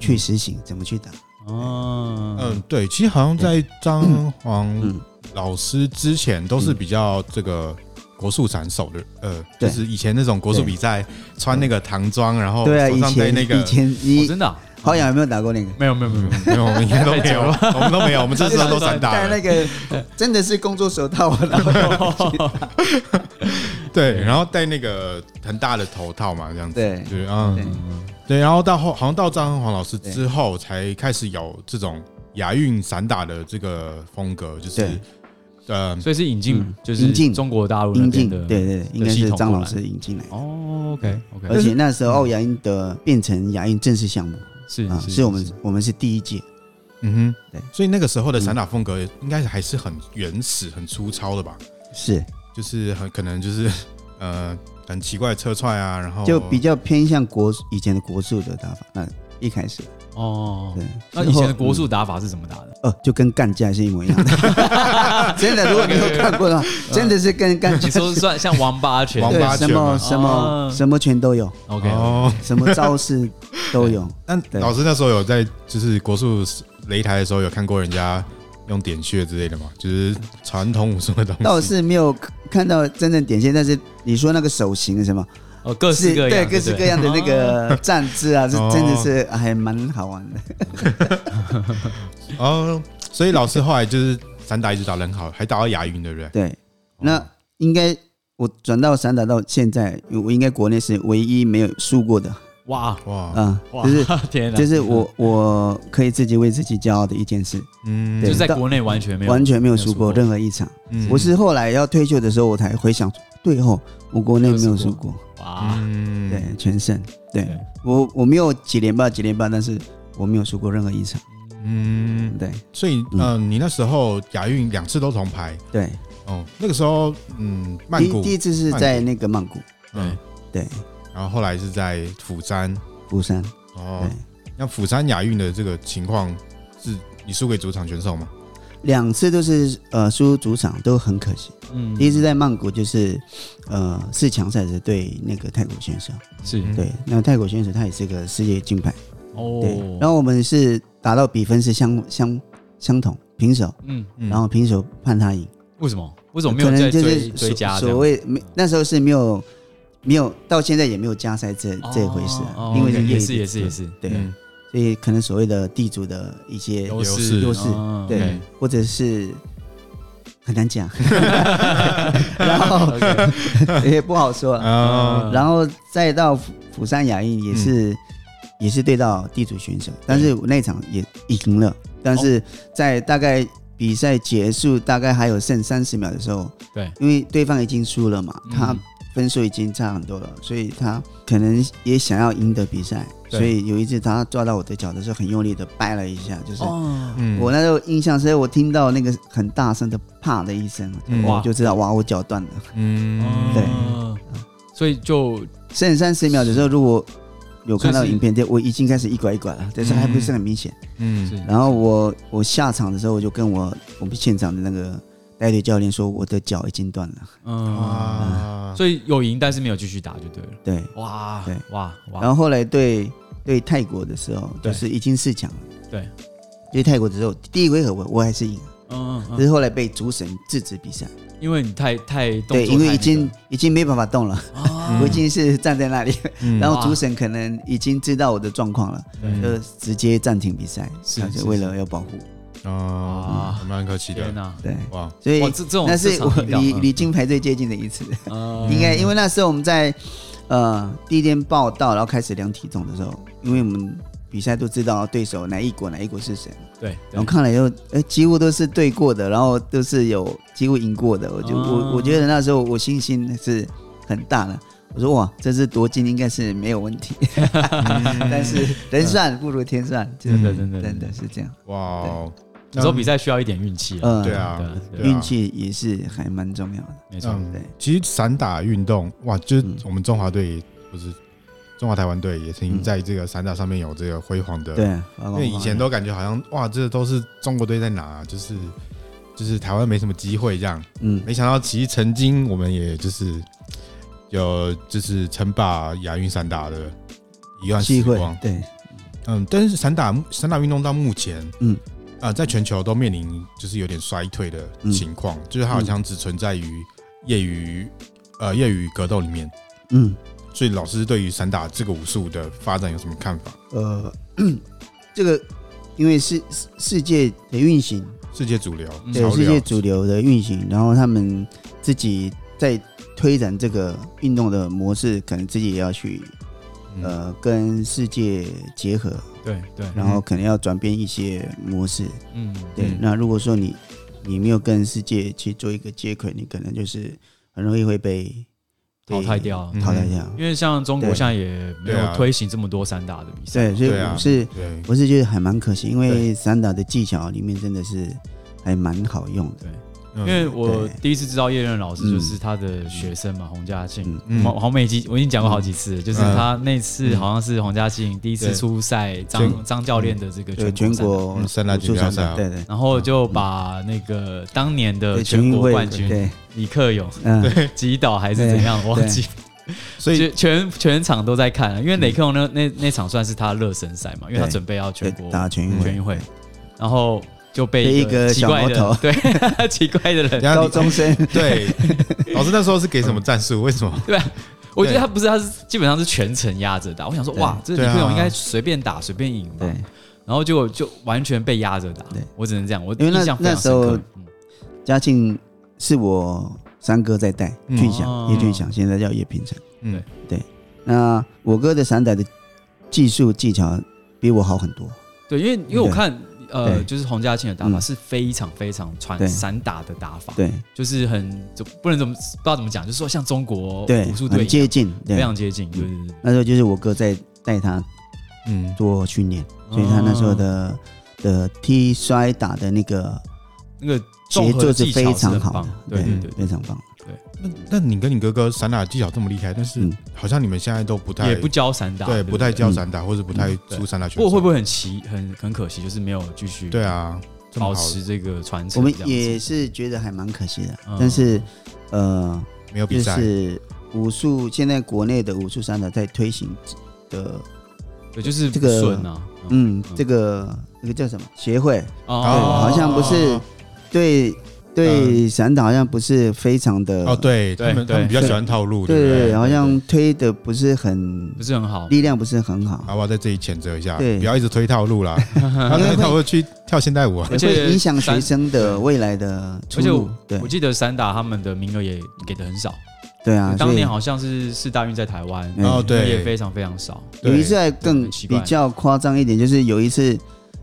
C: 去实行，怎么去打，
B: 哦，
A: 嗯，对，其实好像在张
C: 嗯
A: 皇老师之前都是比较这个国术斩首的，呃，就
C: 对
A: 是以前那种国术比赛穿那个唐装，然后
C: 对啊，
A: 哦手
C: 以
A: 上戴
C: 前
A: 那个
C: 以，前
B: 哦
C: 你
B: 真的啊
C: 好像有没有打过那个？
B: 没有没有没
C: 嗯
B: 有没
A: 没
B: 有，
A: 有，我们应 该都没
B: 太久
A: 有，我们都没有，我们这次都散打
C: 戴
A: 了
C: 那。个真的是工作手套，然后
A: 对，然后戴那个很大的头套嘛，这样子，
C: 对
A: 就是嗯，对，
C: 对
A: 然后到后好像到张皇老师之后，才开始有这种亚运散打的这个风格，就是
C: 对
A: 呃，
B: 所以是引进
C: 嗯
B: 就是
C: 引进
B: 中国大陆那
C: 引
B: 边
C: 进，
B: 的
C: 对对对，应该
B: 系
C: 是
B: 统
C: 张
B: 过
C: 老
B: 来
C: 师引进来。
B: 哦，OK OK，
C: 而且那时候亚运的变成亚运正式项目
B: 是
C: 啊，是我们我们是第一届，
A: 嗯哼
C: 对，
A: 所以那个时候的散打风格应该还是很原始、很粗糙的吧，
C: 是
A: 就是很可能就是 呃很奇怪的侧踹啊，然后
C: 就比较偏向国以前的国术的打法。那一开始
B: 哦。
C: 对，
B: 那
C: 之
B: 以前
C: 后
B: 的国
C: 嗯
B: 术打法是怎么打 的？
C: 哦，就跟干架是一模 一样的，真的，如果你有看过的话，真的是跟干架
B: 你说算像王八拳
A: 王
C: 对
A: 八拳
C: 什么
A: 吗
C: 什
B: 哦
C: 么什么拳都有，
B: ？OK，
A: 哦。
C: 什么招式都 有。
A: 但
C: 对
A: 老师那时候有在就是国术擂台的时候有看过人家用点穴之类的吗？就是传统武术的东西。
C: 倒是没有看到真正点线，但是你说那个手型是什么？
B: 哦，各式
C: 是
B: 各样，
C: 对
B: 对
C: 各式各样的那个站姿啊，这
A: 哦
C: 真的是还蛮好玩的。
A: 哦，所以老师后来就是散打一直打得很好，还打到亚运，对不对？
C: 对，那应该我转到散打到现在，我应该国内是唯一没有输过的
B: 哇
A: 哇，
C: 啊，
B: 哇，
C: 就是
B: 天哪，
C: 就是我我可以自己为自己骄傲的一件事，
A: 嗯，
B: 就
C: 对
B: 是在国内完全没有
C: 完全没有
B: 没
C: 输
B: 有输过
C: 过任何一场。
A: 嗯
C: 我是后来要退休的时候，我才回想，对哦，我国内没有输过，
B: 哇，
A: 嗯，
C: 啊对，全胜。对
B: 对
C: 我我没有几连败几连败，但是我没有输过任何一场。
A: 嗯，
C: 对
A: 所以
C: 嗯
A: 呃，你那时候亚运两次都铜牌
C: 对，
A: 哦，那个时候嗯，曼
C: 第
A: 谷
C: 第一次是在那个曼谷，
A: 嗯，
C: 对，
A: 然后后来是在釜山
C: 釜山，
A: 哦
C: 对，，
A: 那釜山亚运的这个情况是你输给主场选手吗？
C: 两次都是呃输主场，都很可惜。
B: 嗯
C: 第一次在曼谷就是，呃，四强赛是对那个泰国选手，
B: 是
A: 嗯
C: 对，那泰国选手他也是个世界金牌，
B: 哦
C: 对，，然后我们是打到比分是相相相同平手，
B: 嗯，
A: 嗯
C: 然后平手判他赢，
B: 为什么为什么没
C: 可
B: 有
C: 能
B: 在
C: 就
B: 追
C: 是
B: 追加这
C: 所
B: 样
C: 所谓没那时候是没有没有到现在也没有加赛这
B: 哦
C: 这回事啊，
B: 哦
C: 因为
B: OK，
C: 是
B: 也
C: 业
B: 是
C: 余
B: 也是也是
C: 对，
A: 嗯
C: 所以可能所谓的地主的一些
A: 优势
C: 优势
B: 哦
C: 对
B: OK
C: 或者是很 难讲，然后
B: OK，
C: 也不好说了。
B: 嗯
A: 啊，
C: 然后再到釜釜山亚运也是、也是对到地主选手，但是我那场也赢了，但是在大概比赛结束大概还有剩三十秒的时候，
B: 对，
C: 因为对方已经输了嘛，
B: 嗯
C: 他分数已经差很多了，所以他可能也想要赢得比赛，
A: 对
C: 所以有一次他抓到我的脚的时候，很用力的掰了一下，就是
B: 哦，
A: 嗯
C: 我那时候印象是我听到那个很大声的“啪”的一声，
A: 嗯
C: 我就知道哇，我脚断了。
A: 嗯
C: 对
B: 哦，所以就
C: 剩三十秒的时候，如果有看到
B: 所以是
C: 影片，对我已经开始一拐一拐
B: 嗯
C: 了，但是还不是很明显。
A: 嗯，
C: 然后我我下场的时候，我就跟我我们现场的那个带队教练说，我的脚已经断了。
B: 嗯，
A: 哇，
B: 所以有赢，但是没有继续打就对了。
C: 对，
B: 哇，
C: 对
B: 哇哇，
C: 然后后来对对泰国的时候，
B: 对
C: 就是已经四强了。
B: 对，
C: 对泰国的时候，第一回合我我还是赢，
B: 嗯嗯
C: 只
B: 嗯，
C: 是后来被主审制止比赛。
B: 因为你太太动作
C: 对，因为已经已经没办法动了，
B: 啊
C: 我已经是站在那里，
A: 嗯
C: 然后主审可能已经知道我的状况了，
A: 嗯
C: 就直接暂停比赛，
B: 是
C: 他就是为了要保护。
A: 哦，还蛮可惜
B: 天
A: 的，
B: 哪，
C: 对，
A: 哇，
C: 所以
B: 哇，这这种
C: 那是
B: 市场
C: 我
B: 引导
C: 离
B: 嗯
C: 离金牌最接近的一次，
B: 嗯
C: 应该因为那时候我们在呃第一天报道，然后开始量体重的时候，因为我们比赛都知道对手哪一国哪一国是谁，
B: 对，
C: 然后看了以后，哎，几乎都是对过的，然后都是有几乎赢过的，我就
B: 哦
C: 我我觉得那时候我信心是很大的。我说哇，这次夺金应该是没有问题， 但是人算不如天算，嗯真
B: 对对对
C: 真的是这样，
A: 哇哦，
B: 有时候比赛需要一点运气了，
C: 嗯，
A: 对，啊
B: 对啊，对
A: 对啊
C: 运气也是还蛮重要的，
B: 没错，
A: 嗯
C: 对，
A: 其实散打运动，哇，就是
C: 嗯
A: 我们中华队不是中华台湾队也曾经
C: 嗯
A: 在这个散打上面有这个辉煌的，
C: 对，啊
A: 因
C: 因
A: 啊为以前都感觉好像哇，这都是中国队在拿，就是就是台湾没什么机会这样，
C: 嗯
A: 没想到其实曾经我们也就是有就是称霸亚运散打的一段
C: 机
A: 时
C: 会
A: 光，
C: 对
A: 嗯，但是散打散打运动到目前，
C: 嗯
A: 嗯，啊，在全球都面临就是有点衰退的
C: 嗯
A: 情况，就是它好像只存在于业余呃业余格斗里面。
C: 嗯
A: 所以老师对于散打这个武术的发展有什么看法？
C: 呃， 这个因为世世世界的运行，
A: 世界主流，
B: 嗯
C: 对
A: 潮
C: 世
A: 流
C: 界主流的运行，然后他们自己在推展这个运动的模式，可能自己也要去
A: 嗯
C: 呃跟世界结合，
B: 对对，
C: 然后可能要转变一些模式。
B: 嗯，
C: 对，
A: 嗯
C: 那如果说你你没有跟世界去做一个接轨，你可能就是很容易会被
B: 淘汰，掉嗯
C: 被。淘汰掉。
B: 因为像中国
C: 嗯对
B: 现在也没
A: 对
B: 有
A: 啊
B: 推行这么多散打的比赛
C: 对，
B: 嘛，
C: 所以
A: 对啊
C: 我是、
A: 对，
C: 我是觉得还蛮可惜，因为
A: 对
C: 散打的技巧里面真的是还蛮好用的。
A: 因
B: 因为我
C: 嗯对
B: 第一次知道叶任老师就是他的学生嘛，洪嘉庆
C: 嗯。
A: 嗯
B: 黄黄美基，我已经讲过好几次了，就是
A: 嗯
B: 他那次好像是洪嘉庆第一次
A: 对
B: 出赛张张教练的这个
C: 嗯对，
B: 全
C: 全
B: 国赛
C: 国
A: 嗯散打
C: 武术
A: 锦标赛
C: 散打
A: 啊
C: 对对
B: 然后就把那个当年的
C: 对，
B: 呃全
C: 运
B: 国
C: 会
B: 冠军
C: 对，
B: 李克勇
C: 嗯，
B: 击倒还是怎样，我忘记，
A: 所以
B: 就全全场都在看啊，因为李克勇那那那场算是他热身赛嘛，因为他
C: 嗯对
B: 准备要全
C: 对
B: 国
C: 打全运
B: 全
C: 会，
B: 运会，然后就被
C: 被一个
B: 奇
C: 小
B: 怪
C: 毛
B: 的
C: 头
B: 对 奇怪的人，
A: 然后
C: 高
A: 你
C: 中生
A: 对老师那时候是给什么战术？为什么？
B: 我觉得他不是，他是基本上是全程压着打。我想说，
C: 对
B: 哇，这李
A: 对啊
B: 克勇应该随便打随便赢吧
C: 对，，
B: 然后结果就完全被压着打
C: 对。
B: 我只能这样，我
C: 因为那
B: 印象非常深
C: 那时
B: 刻嗯
C: 候。嘉庆是我三哥在带，
A: 嗯
C: 俊祥
B: 哦
C: 叶俊祥现在叫叶平成，
A: 嗯
C: 那我哥的散打的技术技巧比我好很多，
B: 对，因为因为我看。呃，
C: 对
B: 就是洪家庆的打法
C: 嗯
B: 是非常非常传
C: 对
B: 散打的打法，
C: 对
B: 就是很就不能怎么不知道怎么讲，就是说像中国
C: 对，
B: 哦武术队
C: 很
B: 一样
C: 接近，
B: 非
C: 对，嗯
B: 常接近，对对对，
C: 那时候就是我哥在带他
A: 嗯，
C: 做训练，所以他那时候
B: 哦
C: 的的踢摔打的那个
B: 那个
C: 节
B: 综合
C: 奏是
B: 技巧
C: 非常
B: 很
C: 好的嗯
B: 棒，，对对对，
C: 非常棒。
A: 那那你跟你哥哥散打技巧这么厉害，但是
C: 嗯
A: 好像你们现在都不太
B: 也不教散打，
A: 对，不太
B: 教。
A: 教散打，或者不太
C: 嗯
B: 对
A: 出散打选
B: 不过
A: 手。
B: 会不会很奇很很可惜，就是没有继续
A: 对啊，这么好
B: 保持这个传
C: 我
B: 承
C: 们
B: 这样子？
C: 也是觉得还蛮可惜的
B: 嗯，
C: 但是呃，
A: 没有比
C: 就
A: 赛，
C: 是武术现在国内的武术散打在推行的，
B: 对，就是
C: 这个
B: 顺啊，
C: 嗯，这个这个叫什么协会？
B: 哦
C: 对，好像不是对对散打好像不是非常的
A: 哦，，对
B: 对
A: 他们他
B: 对
A: 们比较喜欢套路，
C: 呃对
A: 不
C: 对
A: 对
C: 对，？好像推的不是很
B: 不是很好，
C: 力量不是很好，
A: 好，我要在这里谴责一下，
C: 对
A: 不要一直推套路 啦，他推套路去跳现代舞啊。
B: 而且
C: 会影响学
B: 散
C: 生的未来的出路。对
B: 我记得散打他们的名额也给的很少，
C: 对啊，
B: 当
C: 所以
B: 年好像是四大运在台湾，
C: 嗯
A: 哦，
B: 也
A: 对，
B: 非常非常少，
C: 有
A: 对
C: 一次还
B: 对
C: 更
B: 很奇怪
C: 比较夸张一点，就是有一次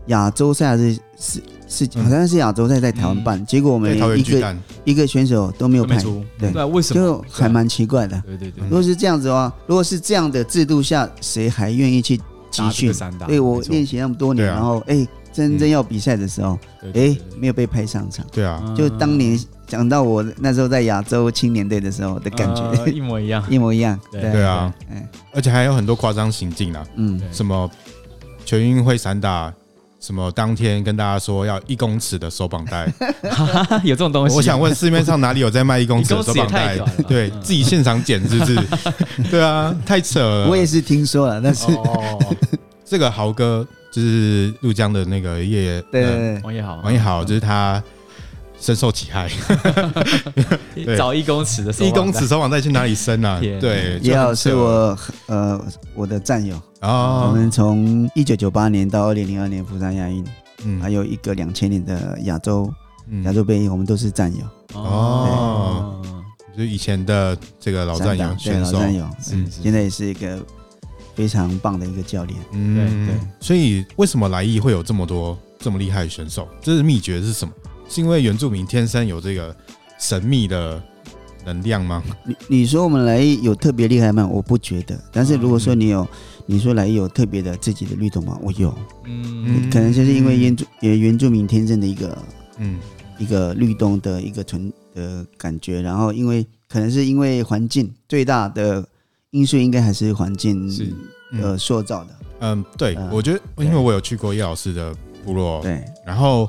C: 亚洲赛还是是是好像是亚洲赛在台湾办，结果我们
A: 对桃
C: 连
A: 园
C: 一
A: 巨
C: 个
A: 蛋，
C: 一个选手都没有
B: 都没
C: 派，
B: 出，
C: 对
B: 对啊，为什么？
C: 就还蛮奇怪的。
B: 对对对
A: 嗯
C: 如，果是这样子的话，如果是这样的制度下，谁还愿意去集
B: 打这
C: 训
B: 个？散打，
C: 对我
B: 没错
C: 练习那么多年，
A: 对啊
C: 然后哎、真正要比赛的时候，
B: 对对
C: 哎、
B: 对
C: 没有被派上场。
A: 对
B: 嗯
A: 啊，
C: 就当年讲到我那时候在亚洲青年队的时候的感觉，
B: 呃一模一样，
C: 一模一样。
B: 对
A: 对啊
C: 嗯，
A: 而且还有很多夸张行径啊，
C: 嗯，
B: 对
A: 什么全运会散打，什么当天跟大家说要一公尺的手绑 带，
B: 有这种东西。
A: 我想问市面上哪里有在卖一公尺的手绑带
B: 一公尺也太短了吧？
A: 对
B: 嗯
A: 自己现场剪是不是？ 对啊，太扯了。
C: 我也是听说了，但是、
B: 哦，
A: 这个豪哥就是陆江的那个叶，
C: 对
A: 呃
C: 对对，
B: 王也好，
A: 王一豪，就是他深受其 害，对
B: 找一公尺的手
A: 一
B: 腕带，
A: 公尺手绑带去哪里伸啊？
B: 天啊
A: 对，
C: 也
A: 就
C: 好
A: 很扯
C: 是我呃我的战友，我
A: 哦，
C: 们从一九九八年到二零零二年釜山亚运，还
A: 嗯
C: 有一个两千年的亚洲亚
A: 嗯，
C: 洲杯，我们都是战友，
A: 哦，就以前的这个老战
C: 散
A: 友
C: 打对
A: 选
C: 老
A: 手，
C: 战友，
A: 嗯
B: 是
C: 现在也是一个非常棒的一个教练。
A: 嗯，
B: 对对
A: 所以为什么来意会有这么多这么厉害的选手？这是秘诀是什么？是因为原住民天生有这个神秘的能量吗？
C: 你你说我们来有特别厉害吗？我不觉得。但是如果
A: 嗯
C: 说你有，你说来有特别的自己的律动吗？我有，
B: 嗯，
C: 可能就是因为原住也原住民天生的一个
A: 嗯，
C: 一个律动的一个纯的感觉，然后因为可能是因为环境最大的因素应该还是环境
B: 是
A: 嗯
C: 呃塑造的，
A: 嗯，对，
C: 嗯
A: 我觉得，
C: 对
A: 因为我有去过叶老师的部落，
C: 对
A: 然后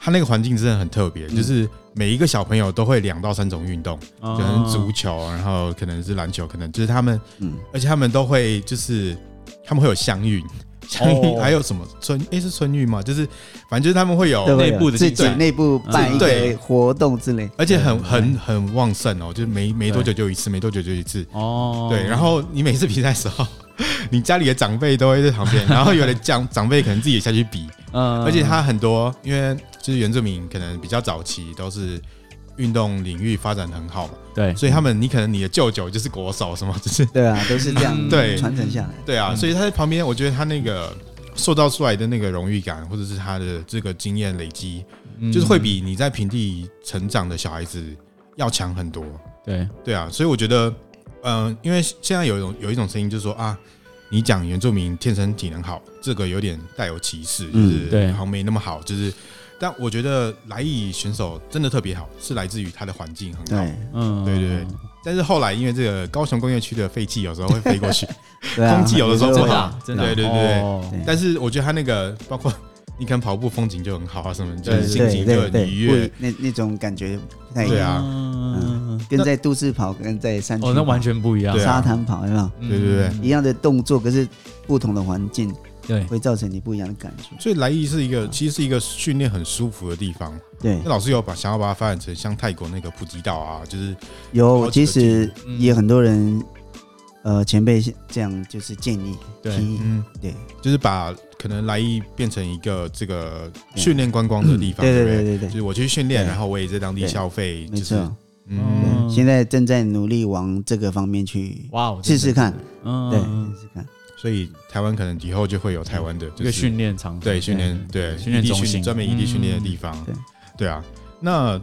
A: 他那个环境真的很特别，
C: 嗯
A: 就是每一个小朋友都会两到三种运动，
B: 可
A: 可能足球，然后可能是篮球，可能就是他们，
C: 嗯，
A: 而且他们都会就是他们会有乡运，乡运
B: 哦
A: 还有什么春，诶，是春运吗？就是反正就是他们会有
C: 对，
B: 内部的
C: 自
B: 竞
C: 己
B: 赛
C: 内部办一
A: 哦对
C: 个活动之类，
A: 而且很
B: 对
A: 很很旺盛哦，就是没没多久就一次，没多久就一次。
B: 哦，
A: 对，然后你每次比赛的时候， 你家里的长辈都会在旁 边，然后有的长长辈可能自己也下去比，
B: 嗯
A: 而且他很多，因为就是原住民可能比较早期都是运动领域发展得很好嘛，
B: 对
A: 所以他们你可能你的舅舅就是国手什么，就是
C: 对啊，都是这样
B: 嗯
A: 对
C: 传承下来，
A: 对啊，所以他在旁边，我觉得他那个塑造出来的那个荣誉感，或者是他的这个经验累积，
B: 嗯
C: 嗯
A: 就是会比你在平地成长的小孩子要强很多。
B: 对
A: 对啊，所以我觉得，嗯、因为现在有一种有一种声音，就是说啊，你讲原住民天生体能好，这个有点带有歧视，就
C: 嗯
A: 是、
B: 对
A: 好像没那么好，就是。但我觉得来意选手真的特别好，是来自于他的环境很好。
C: 对
B: 嗯
A: 对对对但是后来因为这个高雄工业区的废气有时候会飞过去，
C: 对啊，
A: 空气有的时候
C: 有
A: 不
B: 真
A: 好
B: 的
C: 会
B: 啊真的啊
A: 对对对
B: 哦
C: 对
A: 但是我觉得他那个包括 你看跑步风景就很好啊，什么就
B: 对
A: 是心
C: 对
A: 情就
C: 对
A: 很愉悦
C: 对，，那那种感觉不太一
A: 对
C: 样，
A: 啊
B: 嗯
C: 跟在都市跑跟在山区
B: 哦，那完
C: 跑
B: 全不一样
A: 对，啊
C: 沙滩跑有没有
B: 嗯
A: 对对
C: 一样的动作，可是不同的环境
B: 对
C: 会造成你不一样的感觉，
A: 所以来意是一
C: 嗯
A: 个其实是一个训练很舒服的地方。
C: 对
A: 那。老师有把想要把它发展成像泰国那个普吉岛啊，就是好
C: 有，
A: 几
C: 其
A: 个
C: 实
B: 嗯
C: 也很多人，呃，前辈这样就是建议
B: 对
C: 提议，
A: 嗯，
C: 对
A: 就是把可能来意变成一个这个训练观光的地方，
C: 嗯对对
A: 不
C: 对对
A: 就
C: 对，
A: 是我去训练，
C: 对
A: 然后我也在当地消费，
C: 没
A: 就是
C: 错，
A: 嗯，
C: 对
B: 嗯
C: 现在正在努力往这个方面去
B: 哇，哦我真
C: 试
B: 的
C: 试看，对，
B: 嗯
C: 试试看，
A: 所以台湾可能以后就会有台湾的
C: 嗯
B: 一
A: 这
B: 个训练场所，
A: 对训练对
B: 训练
A: 异地
B: 中心嗯
A: 专门异地训练的地
B: 方，
A: 方，
C: 对
A: 对啊，那。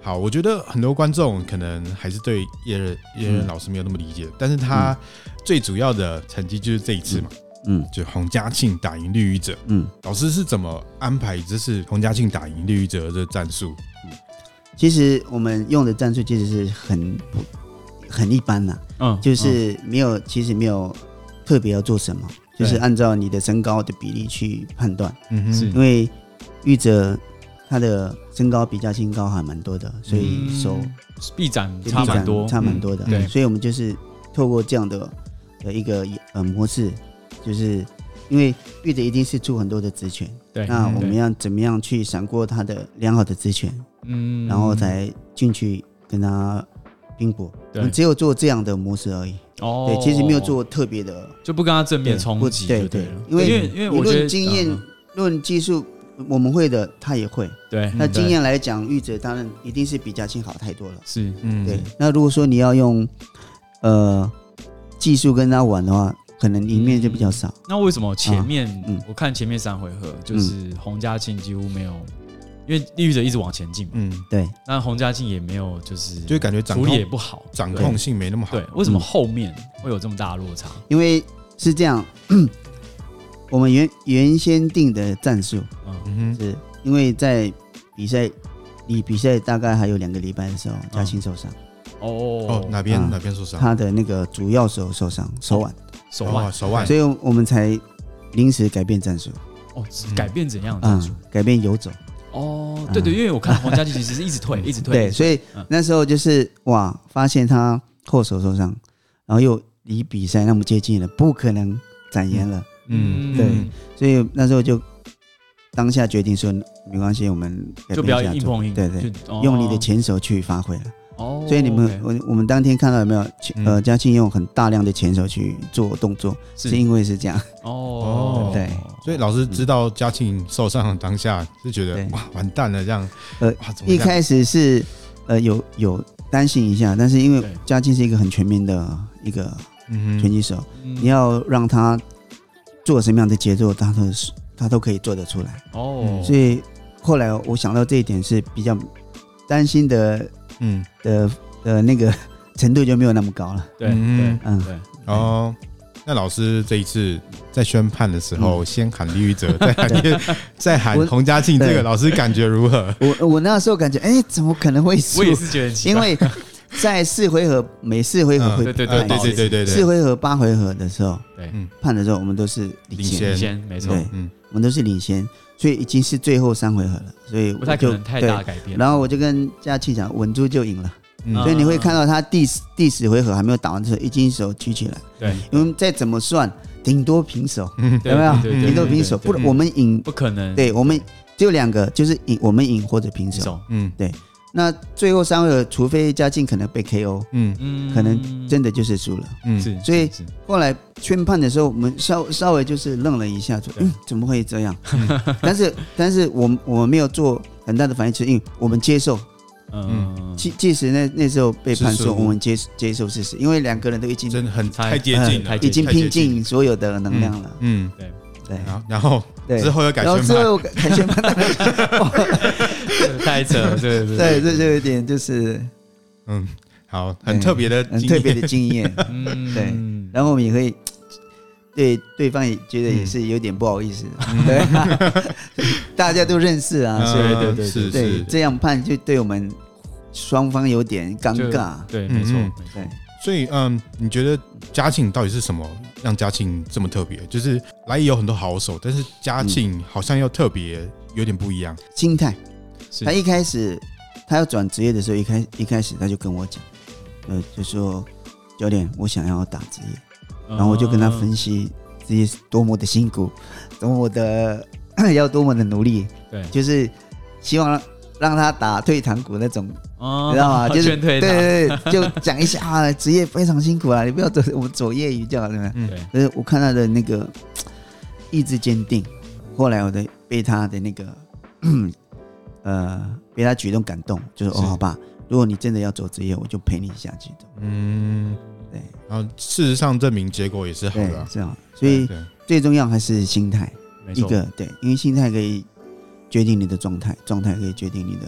A: 好，我觉得很多观众可能还是对叶仁叶
B: 嗯
A: 仁老师没有那么理解，但是他最主要的成绩就是这一次嘛，
C: 嗯
A: 就洪家庆打赢绿衣者，
C: 嗯。
A: 老师是怎么安排这是洪家庆打赢绿衣者的这战术？
C: 其实我们用的战术其实是很不很一般呐、
B: 嗯，
C: 就是没有，其实没有特别要做什么，就是
B: 对
C: 按照你的身高的比例去判断。
A: 嗯哼，
B: 是
C: 因为玉哲他的身高比较清高还蛮多的，所以手
B: 嗯臂展
C: 就
B: 差
C: 臂
B: 蛮
C: 展
B: 多，
C: 差蛮多的。
B: 嗯对
C: 所以我们就是透过这样的的一个呃模式，就是因为玉哲一定是出很多的直拳，
B: 对，
C: 那
B: 嗯
C: 我们，要怎么样去闪过他的良好的直拳，
B: 对嗯
C: 然后才进去跟他拼搏。
B: 对
C: 我们只有做这样的模式而已。
B: 哦，
C: 对，其实没有做特别的
B: 就不跟他正面
C: 对
B: 冲
C: 不
B: 击就
C: 对
B: 了，
C: 对
B: 因
C: 因为
B: 为因为
C: 你
B: 我觉得
C: 论经验
B: 嗯、
C: 论技术，我们会的他也会。
B: 对，
C: 那
B: 嗯
C: 经验来讲，玉哲当然一定是比嘉庆好太多了
B: 对。是
A: 嗯
C: 对，那如果说你要用呃技术跟他玩的话，可能赢面就比较少。
B: 那为什么前面、
C: 嗯
B: 我看前面三回合就是洪家庆几乎没有，因为利欲者一直往前进嘛，
A: 嗯，
C: 对，
B: 那洪家庆也没有就是
A: 就感觉掌
B: 处理也
A: 控
B: 不好，
A: 掌控性没那么好。
B: 对，对为什么
C: 嗯
B: 后面会有这么大的落差？
C: 因为是这样， 我们原原先定的战术
B: 嗯，
A: 嗯哼，
C: 是因为在比赛，离比赛大概还有两个礼拜的时候，
B: 嗯
C: 嘉欣受伤，
B: 哦
A: 哦，哪边
B: 啊
C: 嗯
A: 哪边受伤？
C: 他的那个主要手受伤，手腕，
B: 手腕
A: 哦手腕
C: 所以我们才临时改变战术，
B: 哦，是改变怎样的战术
C: 嗯？，改变游走，
B: 哦，对对，因为我看洪家庆其实是一直退，一直退，
C: 对，所以
B: 嗯
C: 那时候就是哇，发现他后手受伤，然后又离比赛那么接近了，不可能展延了，
A: 嗯，
C: 对所以那时候就当下决定说，没关系，我们改
B: 就
C: 变
B: 不要
C: 战
B: 硬
C: 术
B: 碰硬，
C: 对
B: 就，
C: 对，
B: 哦
C: 用你的前手去发挥了。
B: 哦，
C: 所以你们我我们当天看到有没有
A: 嗯
C: 呃嘉庆用很大量的前手去做动作，
B: 是
C: 是因为是这样，
B: 哦，
C: 对
A: 所以老师知道嘉庆受伤的当下，是觉得
C: 嗯对
A: 哇完蛋了这样。
C: 呃
A: 哇，怎么这
C: 一
A: 样
C: 开始是呃有有担心一下，但是因为
B: 对
C: 嘉庆是一个很全面的一个
A: 嗯
C: 拳
A: 哼，
C: 击手，
B: 嗯
C: 你要让他做什么样的节奏，他都是他都可以做得出来。
B: 哦，
C: 嗯所以后来我想到这一点是比较担心的
A: 嗯
C: 的的那个程度就没有那么高了。
B: 对对
A: 嗯
C: 嗯
B: 对，
A: 哦。那老师这一次在宣判的时候，先喊利欲者，再 喊叶再喊
C: 嗯我
A: 洪嘉庆，这个
C: 对
A: 老师感觉如何？
C: 我我那时候感觉，哎、怎么可能会输
B: 我？也是觉得很奇
C: 因
B: 怪，
C: 为在四回合每四回合
A: 嗯
C: 会
B: 对对
A: 呃
C: 判一
A: 对
C: 次
A: 对对对
C: 四
A: 对，
C: 回合八回合的时候
B: 对
A: 嗯
C: 判的时候，我们都是领
A: 领
C: 先，
A: 先
B: 先没错，
C: 对，
A: 嗯
C: 我们都是领先，所以已经是最后三回合了，所以
B: 不
C: 我
B: 太可
C: 就
B: 能太
C: 对
B: 大改变。
C: 然后我就跟佳琪讲，稳住就赢了。
B: 啊
A: 嗯
C: 所以你会看到他第十第十回合还没有打完的时候，已经手举起来，
B: 对
C: 因为再怎么算，顶多平手，
A: 嗯
B: 对
C: 有没有？
B: 对对
C: 顶多
B: 对
C: 平手，
B: 对
C: 不，
B: 对
C: 我们赢，
B: 不可能，
C: 对我们只有两个，就是赢，我们赢或者平
B: 这
C: 手。
B: 种，
A: 嗯
C: 那最后三回合，除非嘉靖可能被 KO，
A: 嗯
B: 嗯
C: 可能真的就是输了。
A: 嗯，
B: 是，
C: 所以
B: 是
C: 后来宣判的时候，我们稍稍微就是愣了一下，说
B: 对
C: 嗯，怎么会这 样？
A: 嗯
C: 但是但是我们我们没有做很大的反应，是因为我们接受，
B: 嗯，
C: 即即使那那时候被判
A: 是是
C: 说我们接接受事实，因为两个人都已经呃
A: 真的很
B: 太
A: 太接近了，
B: 太
C: 嗯已经
A: 太接
C: 拼尽所有的能量了。
A: 嗯，
C: 对
A: 然后然后
C: 对，
A: 之后又改
C: 然后
A: 宣
C: 之
A: 判，
C: 后改改 宣判，
B: 太 扯了，对对
C: 对，这就有点就是
A: 嗯，好，很特别的
C: 很
A: 经
C: 特
A: 验，
C: 别的经验。
B: 嗯
C: 对然后我们也会对对方也觉
A: 嗯
C: 得也是有点不好 意思，对啊， 大家都认识啊，所以
A: 嗯
B: 对对对
A: 是
C: 对
A: 是，
C: 这样判就对我们双方有点尴
B: 就
C: 尬。
B: 对，
A: 嗯
B: 没错，
A: 嗯
B: 没错
C: 对，
A: 所以，嗯，你觉得嘉庆到底是什么让嘉庆这么特别？就是来也有很多好手，但是嘉庆好像又特别有点不一样。
C: 心态，
B: 是
C: 他一开始他要转职业的时候，一开一开始他就跟我讲，呃，就说教练，我想要打职业。然后我就跟
A: 哦
C: 他
B: 嗯
C: 分析自己多么的辛苦，多么的 要多么的努力，
B: 对
C: 就是希望让让他打退堂鼓那种，你
B: 哦，
C: 知 道吗？就是
B: 劝退
C: 对
B: 他，
C: 对对，就讲一下啊，职业非常辛苦啊，你不要走我们走业余就好了。
A: 嗯
B: 对，
C: 可是我看他的那个意志坚定，后来我的被他的那个 呃被他举动感动，就是哦
B: 是
C: 好吧，如果你真的要走职业，我就陪你下去的。
A: 嗯，
C: 对
A: 然后事实上证明结果也是好
C: 对
A: 的，啊。
C: 这样，所以
A: 对
C: 最重要还是心态。
B: 没
C: 一
B: 错，
C: 个对，因为心态可以决定你的状态，状态可以决定你的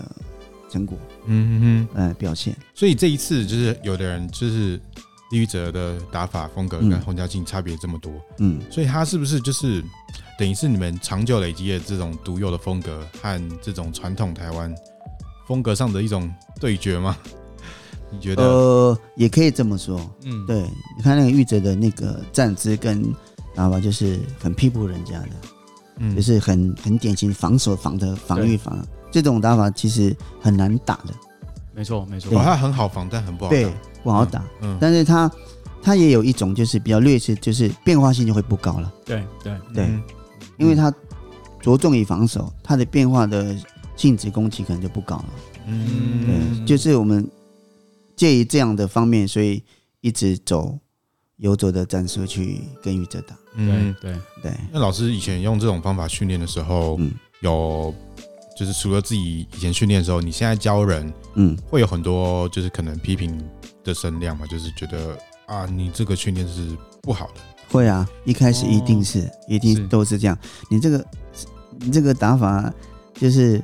C: 成果，
A: 嗯哼哼，
C: 呃，表现。
A: 所以这一次就是有的人就是利欲者的打法风格跟
C: 嗯
A: 洪嘉庆差别这么多，
C: 嗯，
A: 所以他是不是就是等于是你们长久累积的这种独有的风格和这种传统台湾风格上的一种对决吗？你觉得？
C: 呃，也可以这么说。
B: 嗯，
C: 对，你看那个玉哲的那个站姿跟打法，就是很屁股人家的，
A: 嗯
C: 就是很很典型防守防的防御防，这种打法其实很难打的，
B: 没错，没错
A: 哦，，它很好防，但很不好打。
C: 对，不好打。
A: 嗯，
C: 但是他他也有一种就是比较劣势，就是变化性就会不高了。
B: 对对，
C: 对
A: 嗯
C: 因为它着重于防守，它的变化的性质攻击可能就不高了。
A: 嗯，
B: 嗯
C: 对，就是我们介于这样的方面，所以一直走游走的战术去跟宇哲打。
B: 对
A: 嗯，
B: 对，
C: 对，
A: 那老师以前用这种方法训练的时候，
C: 嗯
A: 有就是除了自己以前训练的时候，你现在教人
C: 嗯，
A: 会有很多就是可能批评的声量嘛，就是觉得啊，你这个训练是不好的，
C: 会啊，一开始一定是、一
B: 是
C: 定都是这样。你这个你这个打法就是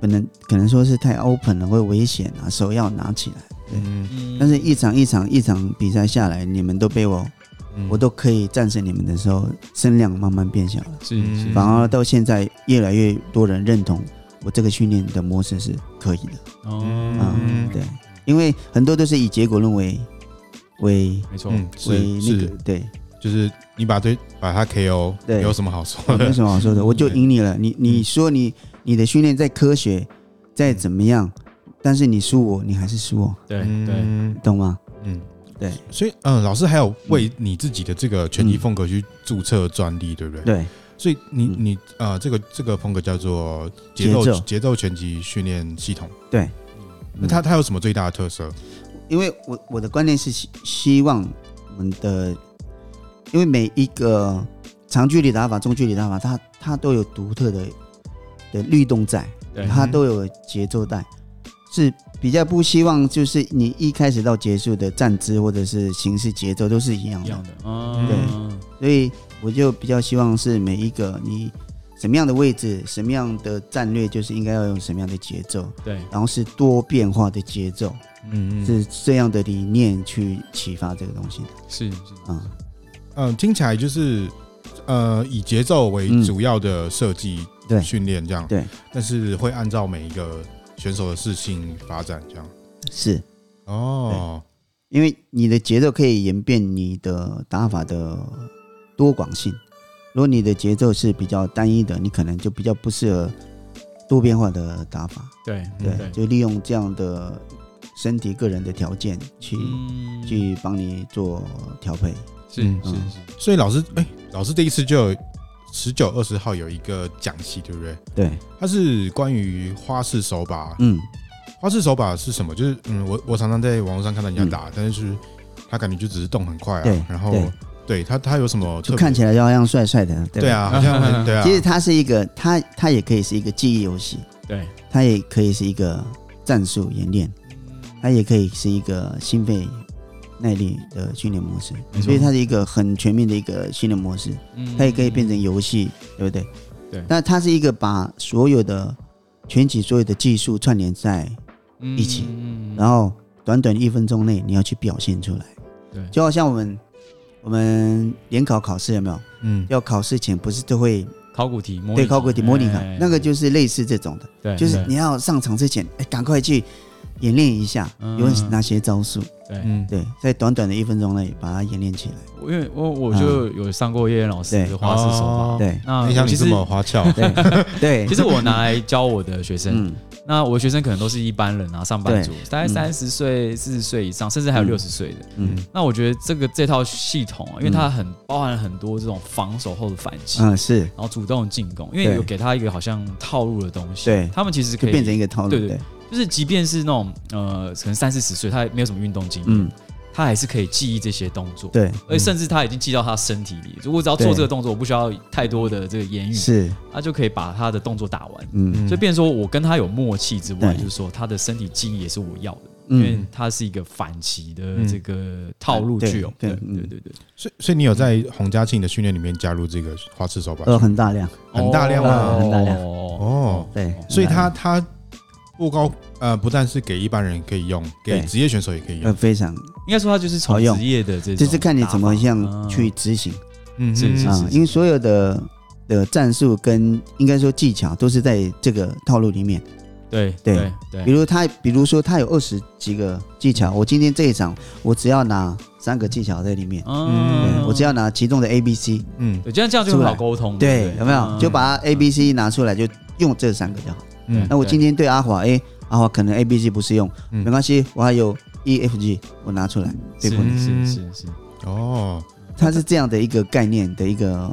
C: 可能可能说是太 open 了，会危险啊，手要拿起来。
A: 嗯，
B: 嗯
C: 但是一场一场一场比赛下来，你们都被我，
A: 嗯
C: 我都可以战胜你们的时候，声量慢慢变小了。
B: 是
A: 嗯
B: 是
C: 反而到现在，越来越多人认同我这个训练的模式是可以的
B: 哦
C: 啊、
A: 嗯
C: 对，因为很多都是以结果论为为
B: 没错，
A: 嗯
C: 为
A: 是
C: 那个
A: 是，
C: 对，
A: 就是你把对把他 KO，
C: 对
A: 有什么好说
C: 没
A: 的？
C: 什么 好说的，哦我就赢你了。你
A: 嗯
C: 你说你你的训练再科学，再怎么样，但是你输我，你还是输我，
B: 对对，
A: 嗯
C: 懂吗？
A: 嗯，
C: 对嗯
A: 所以嗯，老师还有为你自己的这个拳击风格去注册专利，对不对？。
C: 对，
A: 所以你
C: 嗯
A: 你呃，这个这个风格叫做节
C: 节
A: 奏
C: 奏嗯
A: 节奏拳击训练系统。
C: 对，
A: 那它它有什么最大的特色？
C: 因为我我的观念是希希望我们的，因为每一个长距离打法、中距离打法，它它都有独特的的律动在，
B: 对
C: 它都有节奏在，是比较不希望就是你一开始到结束的站姿或者是形式节奏都是一样
B: 一
C: 的
B: 样，的，嗯，
C: 所以我就比较希望是每一个你什么样的位置、什么样的战略，就是应该要用什么样的节奏，
B: 对，
C: 然后是多变化的节奏。
A: 嗯嗯
C: 是这样的理念去启发这个东西的
B: 是是，
C: 啊、
A: 嗯，听起来就是呃，以节奏为
C: 嗯
A: 主要的设计
C: 对
A: 训练这样。
C: 对，
A: 但是会按照每一个选手的事情发展这样。
C: 是
A: 哦，
C: 因为你的节奏可以演变你的打法的多广性。如果你的节奏是比较单一的，你可能就比较不适合多变化的打法。
B: 对
C: 对，
B: 嗯对
C: 就利用这样的身体个人的条件去、
B: 嗯，
C: 去帮你做调配。
B: 是
A: 嗯
B: 是是，
A: 所以老师哎、老师这一次就十九二十号有一个讲习，对不对？
C: 对，
A: 它是关于花式手把，
C: 嗯，
A: 花式手把是什么？就是嗯，我我常常在网络上看到人家打，但是就是他感觉就只是动很快
C: 嗯对
A: 啊，然后
C: 对
A: 对他他有什么特别
C: 就看起来要像帅帅的，对吧
A: 对。啊，好像 很对啊，
C: 其实它是一个，它它也可以是一个记忆游戏，
B: 对，
C: 它也可以是一个战术演练，它也可以是一个心肺耐力的训练模式，
B: 没错
C: 所以它是一个很全面的一个训练模式，
B: 嗯
C: 它也可以变成游戏，对不对？
B: 对
C: 但它是一个把所有的全体所有的技术串联在，一起，
B: 嗯
C: 然后短短一分钟内你要去表现出来，
B: 对
C: 就好像我们我们联考考试有没有？
A: 嗯
C: 要考试前不是都会
B: 考古题，模拟
C: 对考古题模拟考
B: 哎，
C: 那个就是类似这种的。
B: 对，
C: 就是
B: 哎对
C: 你要上场之前，哎、赶快去演练一下，
B: 嗯
C: 有哪些招数，
B: 对，
A: 嗯
C: 对，在短短的一分钟内把它演练起来，
B: 我因为我我就
C: 嗯
B: 有上过叶岩老师的花式手法，
A: 哦
C: 对，
B: 那
A: 没想到你
B: 我啊其
A: 这
B: 实
A: 么花俏，
C: 对，对
B: 其，实我拿来教我的学生，
C: 嗯，
B: 那我的学生可能都是一般人啊，上班族，大概
C: 嗯
B: 三十岁、四十岁以上，甚至还有
C: 嗯
B: 六十岁的。
C: 嗯，
B: 那我觉得这个这套系统啊，因为
C: 嗯
B: 它很包含了很多这种防守后的反击，
C: 嗯，是，
B: 然后主动进攻，因为
C: 对
B: 有给他一个好像套路的东西。
C: 对
B: 他们其实可
C: 就
B: 以
C: 变成一个套路，
B: 对对
C: 对，
B: 就是即便是那种呃，可能三四十岁，他没有什么运动经验，
C: 嗯，
B: 他还是可以记忆这些动作。
C: 对，嗯
B: 而且甚至他已经记到他身体里，就我只要做
C: 对
B: 这个动作，我不需要太多的这个言语，
C: 是，
B: 他就可以把他的动作打完。
C: 嗯
A: 嗯
B: 所以，变成说我跟他有默契之外，
C: 对
B: 就是说他的身体记忆也是我要的，因为
C: 嗯，
B: 他是一个反击的这个套路
C: 对
B: 具有。对
C: 对
B: 对
C: 嗯
B: 对对，
A: 所以所以你有在洪家庆的训练里面加入这个花式手把，
C: 呃，很大量，
A: 很大量
C: 啊
A: 吗？
C: 很大量
A: 哦，
C: 对，
A: 所以
C: 很大
A: 他
C: 量
A: 他步高呃，不但是给一般人可以用，给
C: 对
A: 职业选手也可以
C: 呃
A: 用，
C: 非常，
B: 应该说他就是从
C: 好用
B: 职业嗯的这种，嗯
C: 就是看你怎么样去执行
A: 嗯
B: 是
A: 嗯
B: 是
C: 啊
B: 是，
C: 因为所有的的战术跟应该说技巧都是在这个套路里面。
B: 对对
C: 对比
B: 对，
C: 如他，比如说他有二十几个技巧，我今天这一场我只要拿三个技巧在里面，
B: 嗯
C: 对嗯我只要拿其中的 A、B、C，
A: 嗯
B: 对，这样这样就很好沟通，
C: 对
B: 不，嗯
C: 有没有？就把 A、B、C 拿出来，就用这三个就好。
A: 嗯
C: 那我今天对阿华，哎，阿华可能 A、B、C 不适用，
A: 嗯
C: 没关系，我还有 E、F、G，我拿出来对
B: 是
C: 不对？嗯
B: 是是是，
A: 哦，
C: 它是这样的一个概念的一个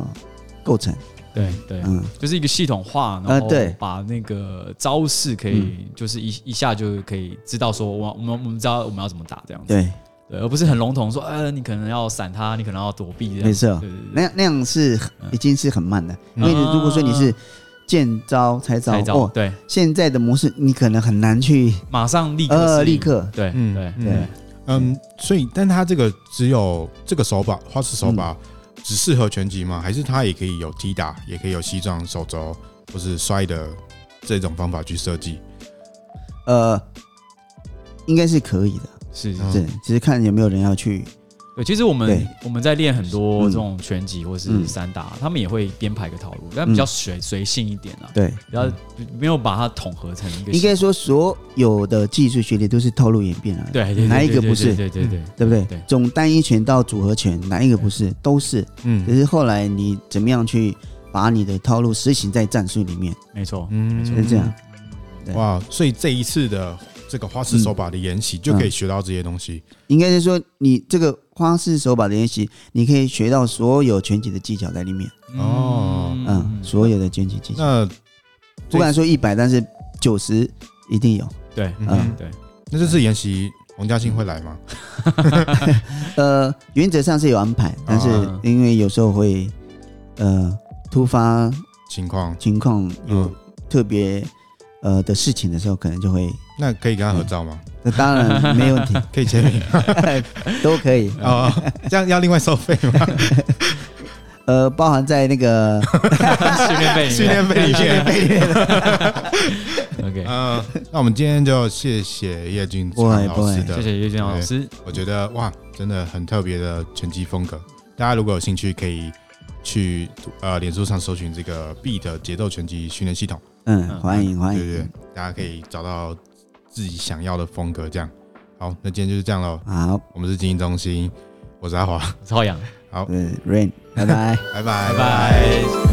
C: 构成，
B: 对对，啊
C: 嗯，
B: 就是一个系统化，
C: 呃
B: 然后
C: 对嗯
B: 把那个招式可以就是一一下就可以知道说我我们我们知道我们要怎么打这样子，
C: 对，
B: 对，而不是很笼统说，呃，你可能要闪他，你可能要躲避这样
C: 没
B: 子，
C: 错
B: 对对对。
C: 那样那样是已经是很慢的，因为你如果说你是见招拆招
B: 才，
C: 哦
B: 找，对，
C: 现在的模式你可能很难去
B: 马上立刻适
C: 呃
B: 应
C: 立，刻
B: 对
A: 嗯
B: 对
A: 嗯嗯，所以但他这个只有这个手把花式手把只适合拳击吗？还是它也可以有踢打，也可以有膝撞、手肘或是摔的这种方法去设计？
C: 呃，应该是可以的，
B: 是
A: 嗯
C: 对，只是看有没有人要去。
B: 对，其实我们
C: 对
B: 我们在练很多
C: 嗯
B: 这种拳击或是
C: 嗯
B: 散打，他们也会编排一个套路，但比较随随性一点啊，
C: 对，
B: 比较没有把它统合成一个系。
C: 应该说所有的技术学历都是套路演变来的，
B: 对对对
C: 哪一个
B: 对
C: 不是嗯
B: 对对对
C: 对不对？
B: 对
C: 从单一拳到组合拳，哪一个不是？都是，只
A: 嗯
C: 是后来你怎么样去把你的套路实行在战术里面，
B: 没错，没错
C: 是
A: 嗯
C: 这样。对
A: 哇，所以这一次的这个花式手把的研习就
C: 嗯
A: 可以学到这些东西。
C: 应该是说你这个花式手把的练习，你可以学到所有拳击的技巧在里面，
A: 哦
C: 嗯，所有的拳击技巧，
A: 那
C: 不敢说一百，但是九十一定有。
B: 对
A: 嗯
C: 嗯
B: 对，
A: 那这次研习洪家庆会来吗？
C: 呃，原则上是有安排，但是
A: 哦
B: 啊
C: 因为有时候会，呃，突发
A: 情况
C: 情况有
A: 嗯
C: 特别呃的事情的时候，可能就会。
A: 那可以跟他合照吗？
C: 那当然 没问题，
A: 可以 签名
C: 都可以。
A: 哦，这样要另外收费 吗？
C: 呃，包含在那个
B: 训练费里面
C: 啊
A: 训 练 费里面。
B: OK，
A: 嗯，那我们今天就谢谢叶俊
C: 不会
A: 昌老师
B: 谢
A: 的
B: 谢叶俊老师，
A: 我觉得哇，真的很特别的拳击风格。大家如果有兴趣，可以去呃脸书上搜寻这个 Beat 节奏拳击训练系统，
C: 嗯，
B: 嗯
C: 欢迎欢
A: 对啊对对
C: 迎。，
A: 大家可以找到自己想要的风格。这样，好，那今天就是这样喽。
C: 好，
A: 我们是精英中心，我是阿华，
B: 超阳，
C: 呃，Rain，拜拜。
A: 拜拜，
B: 拜拜。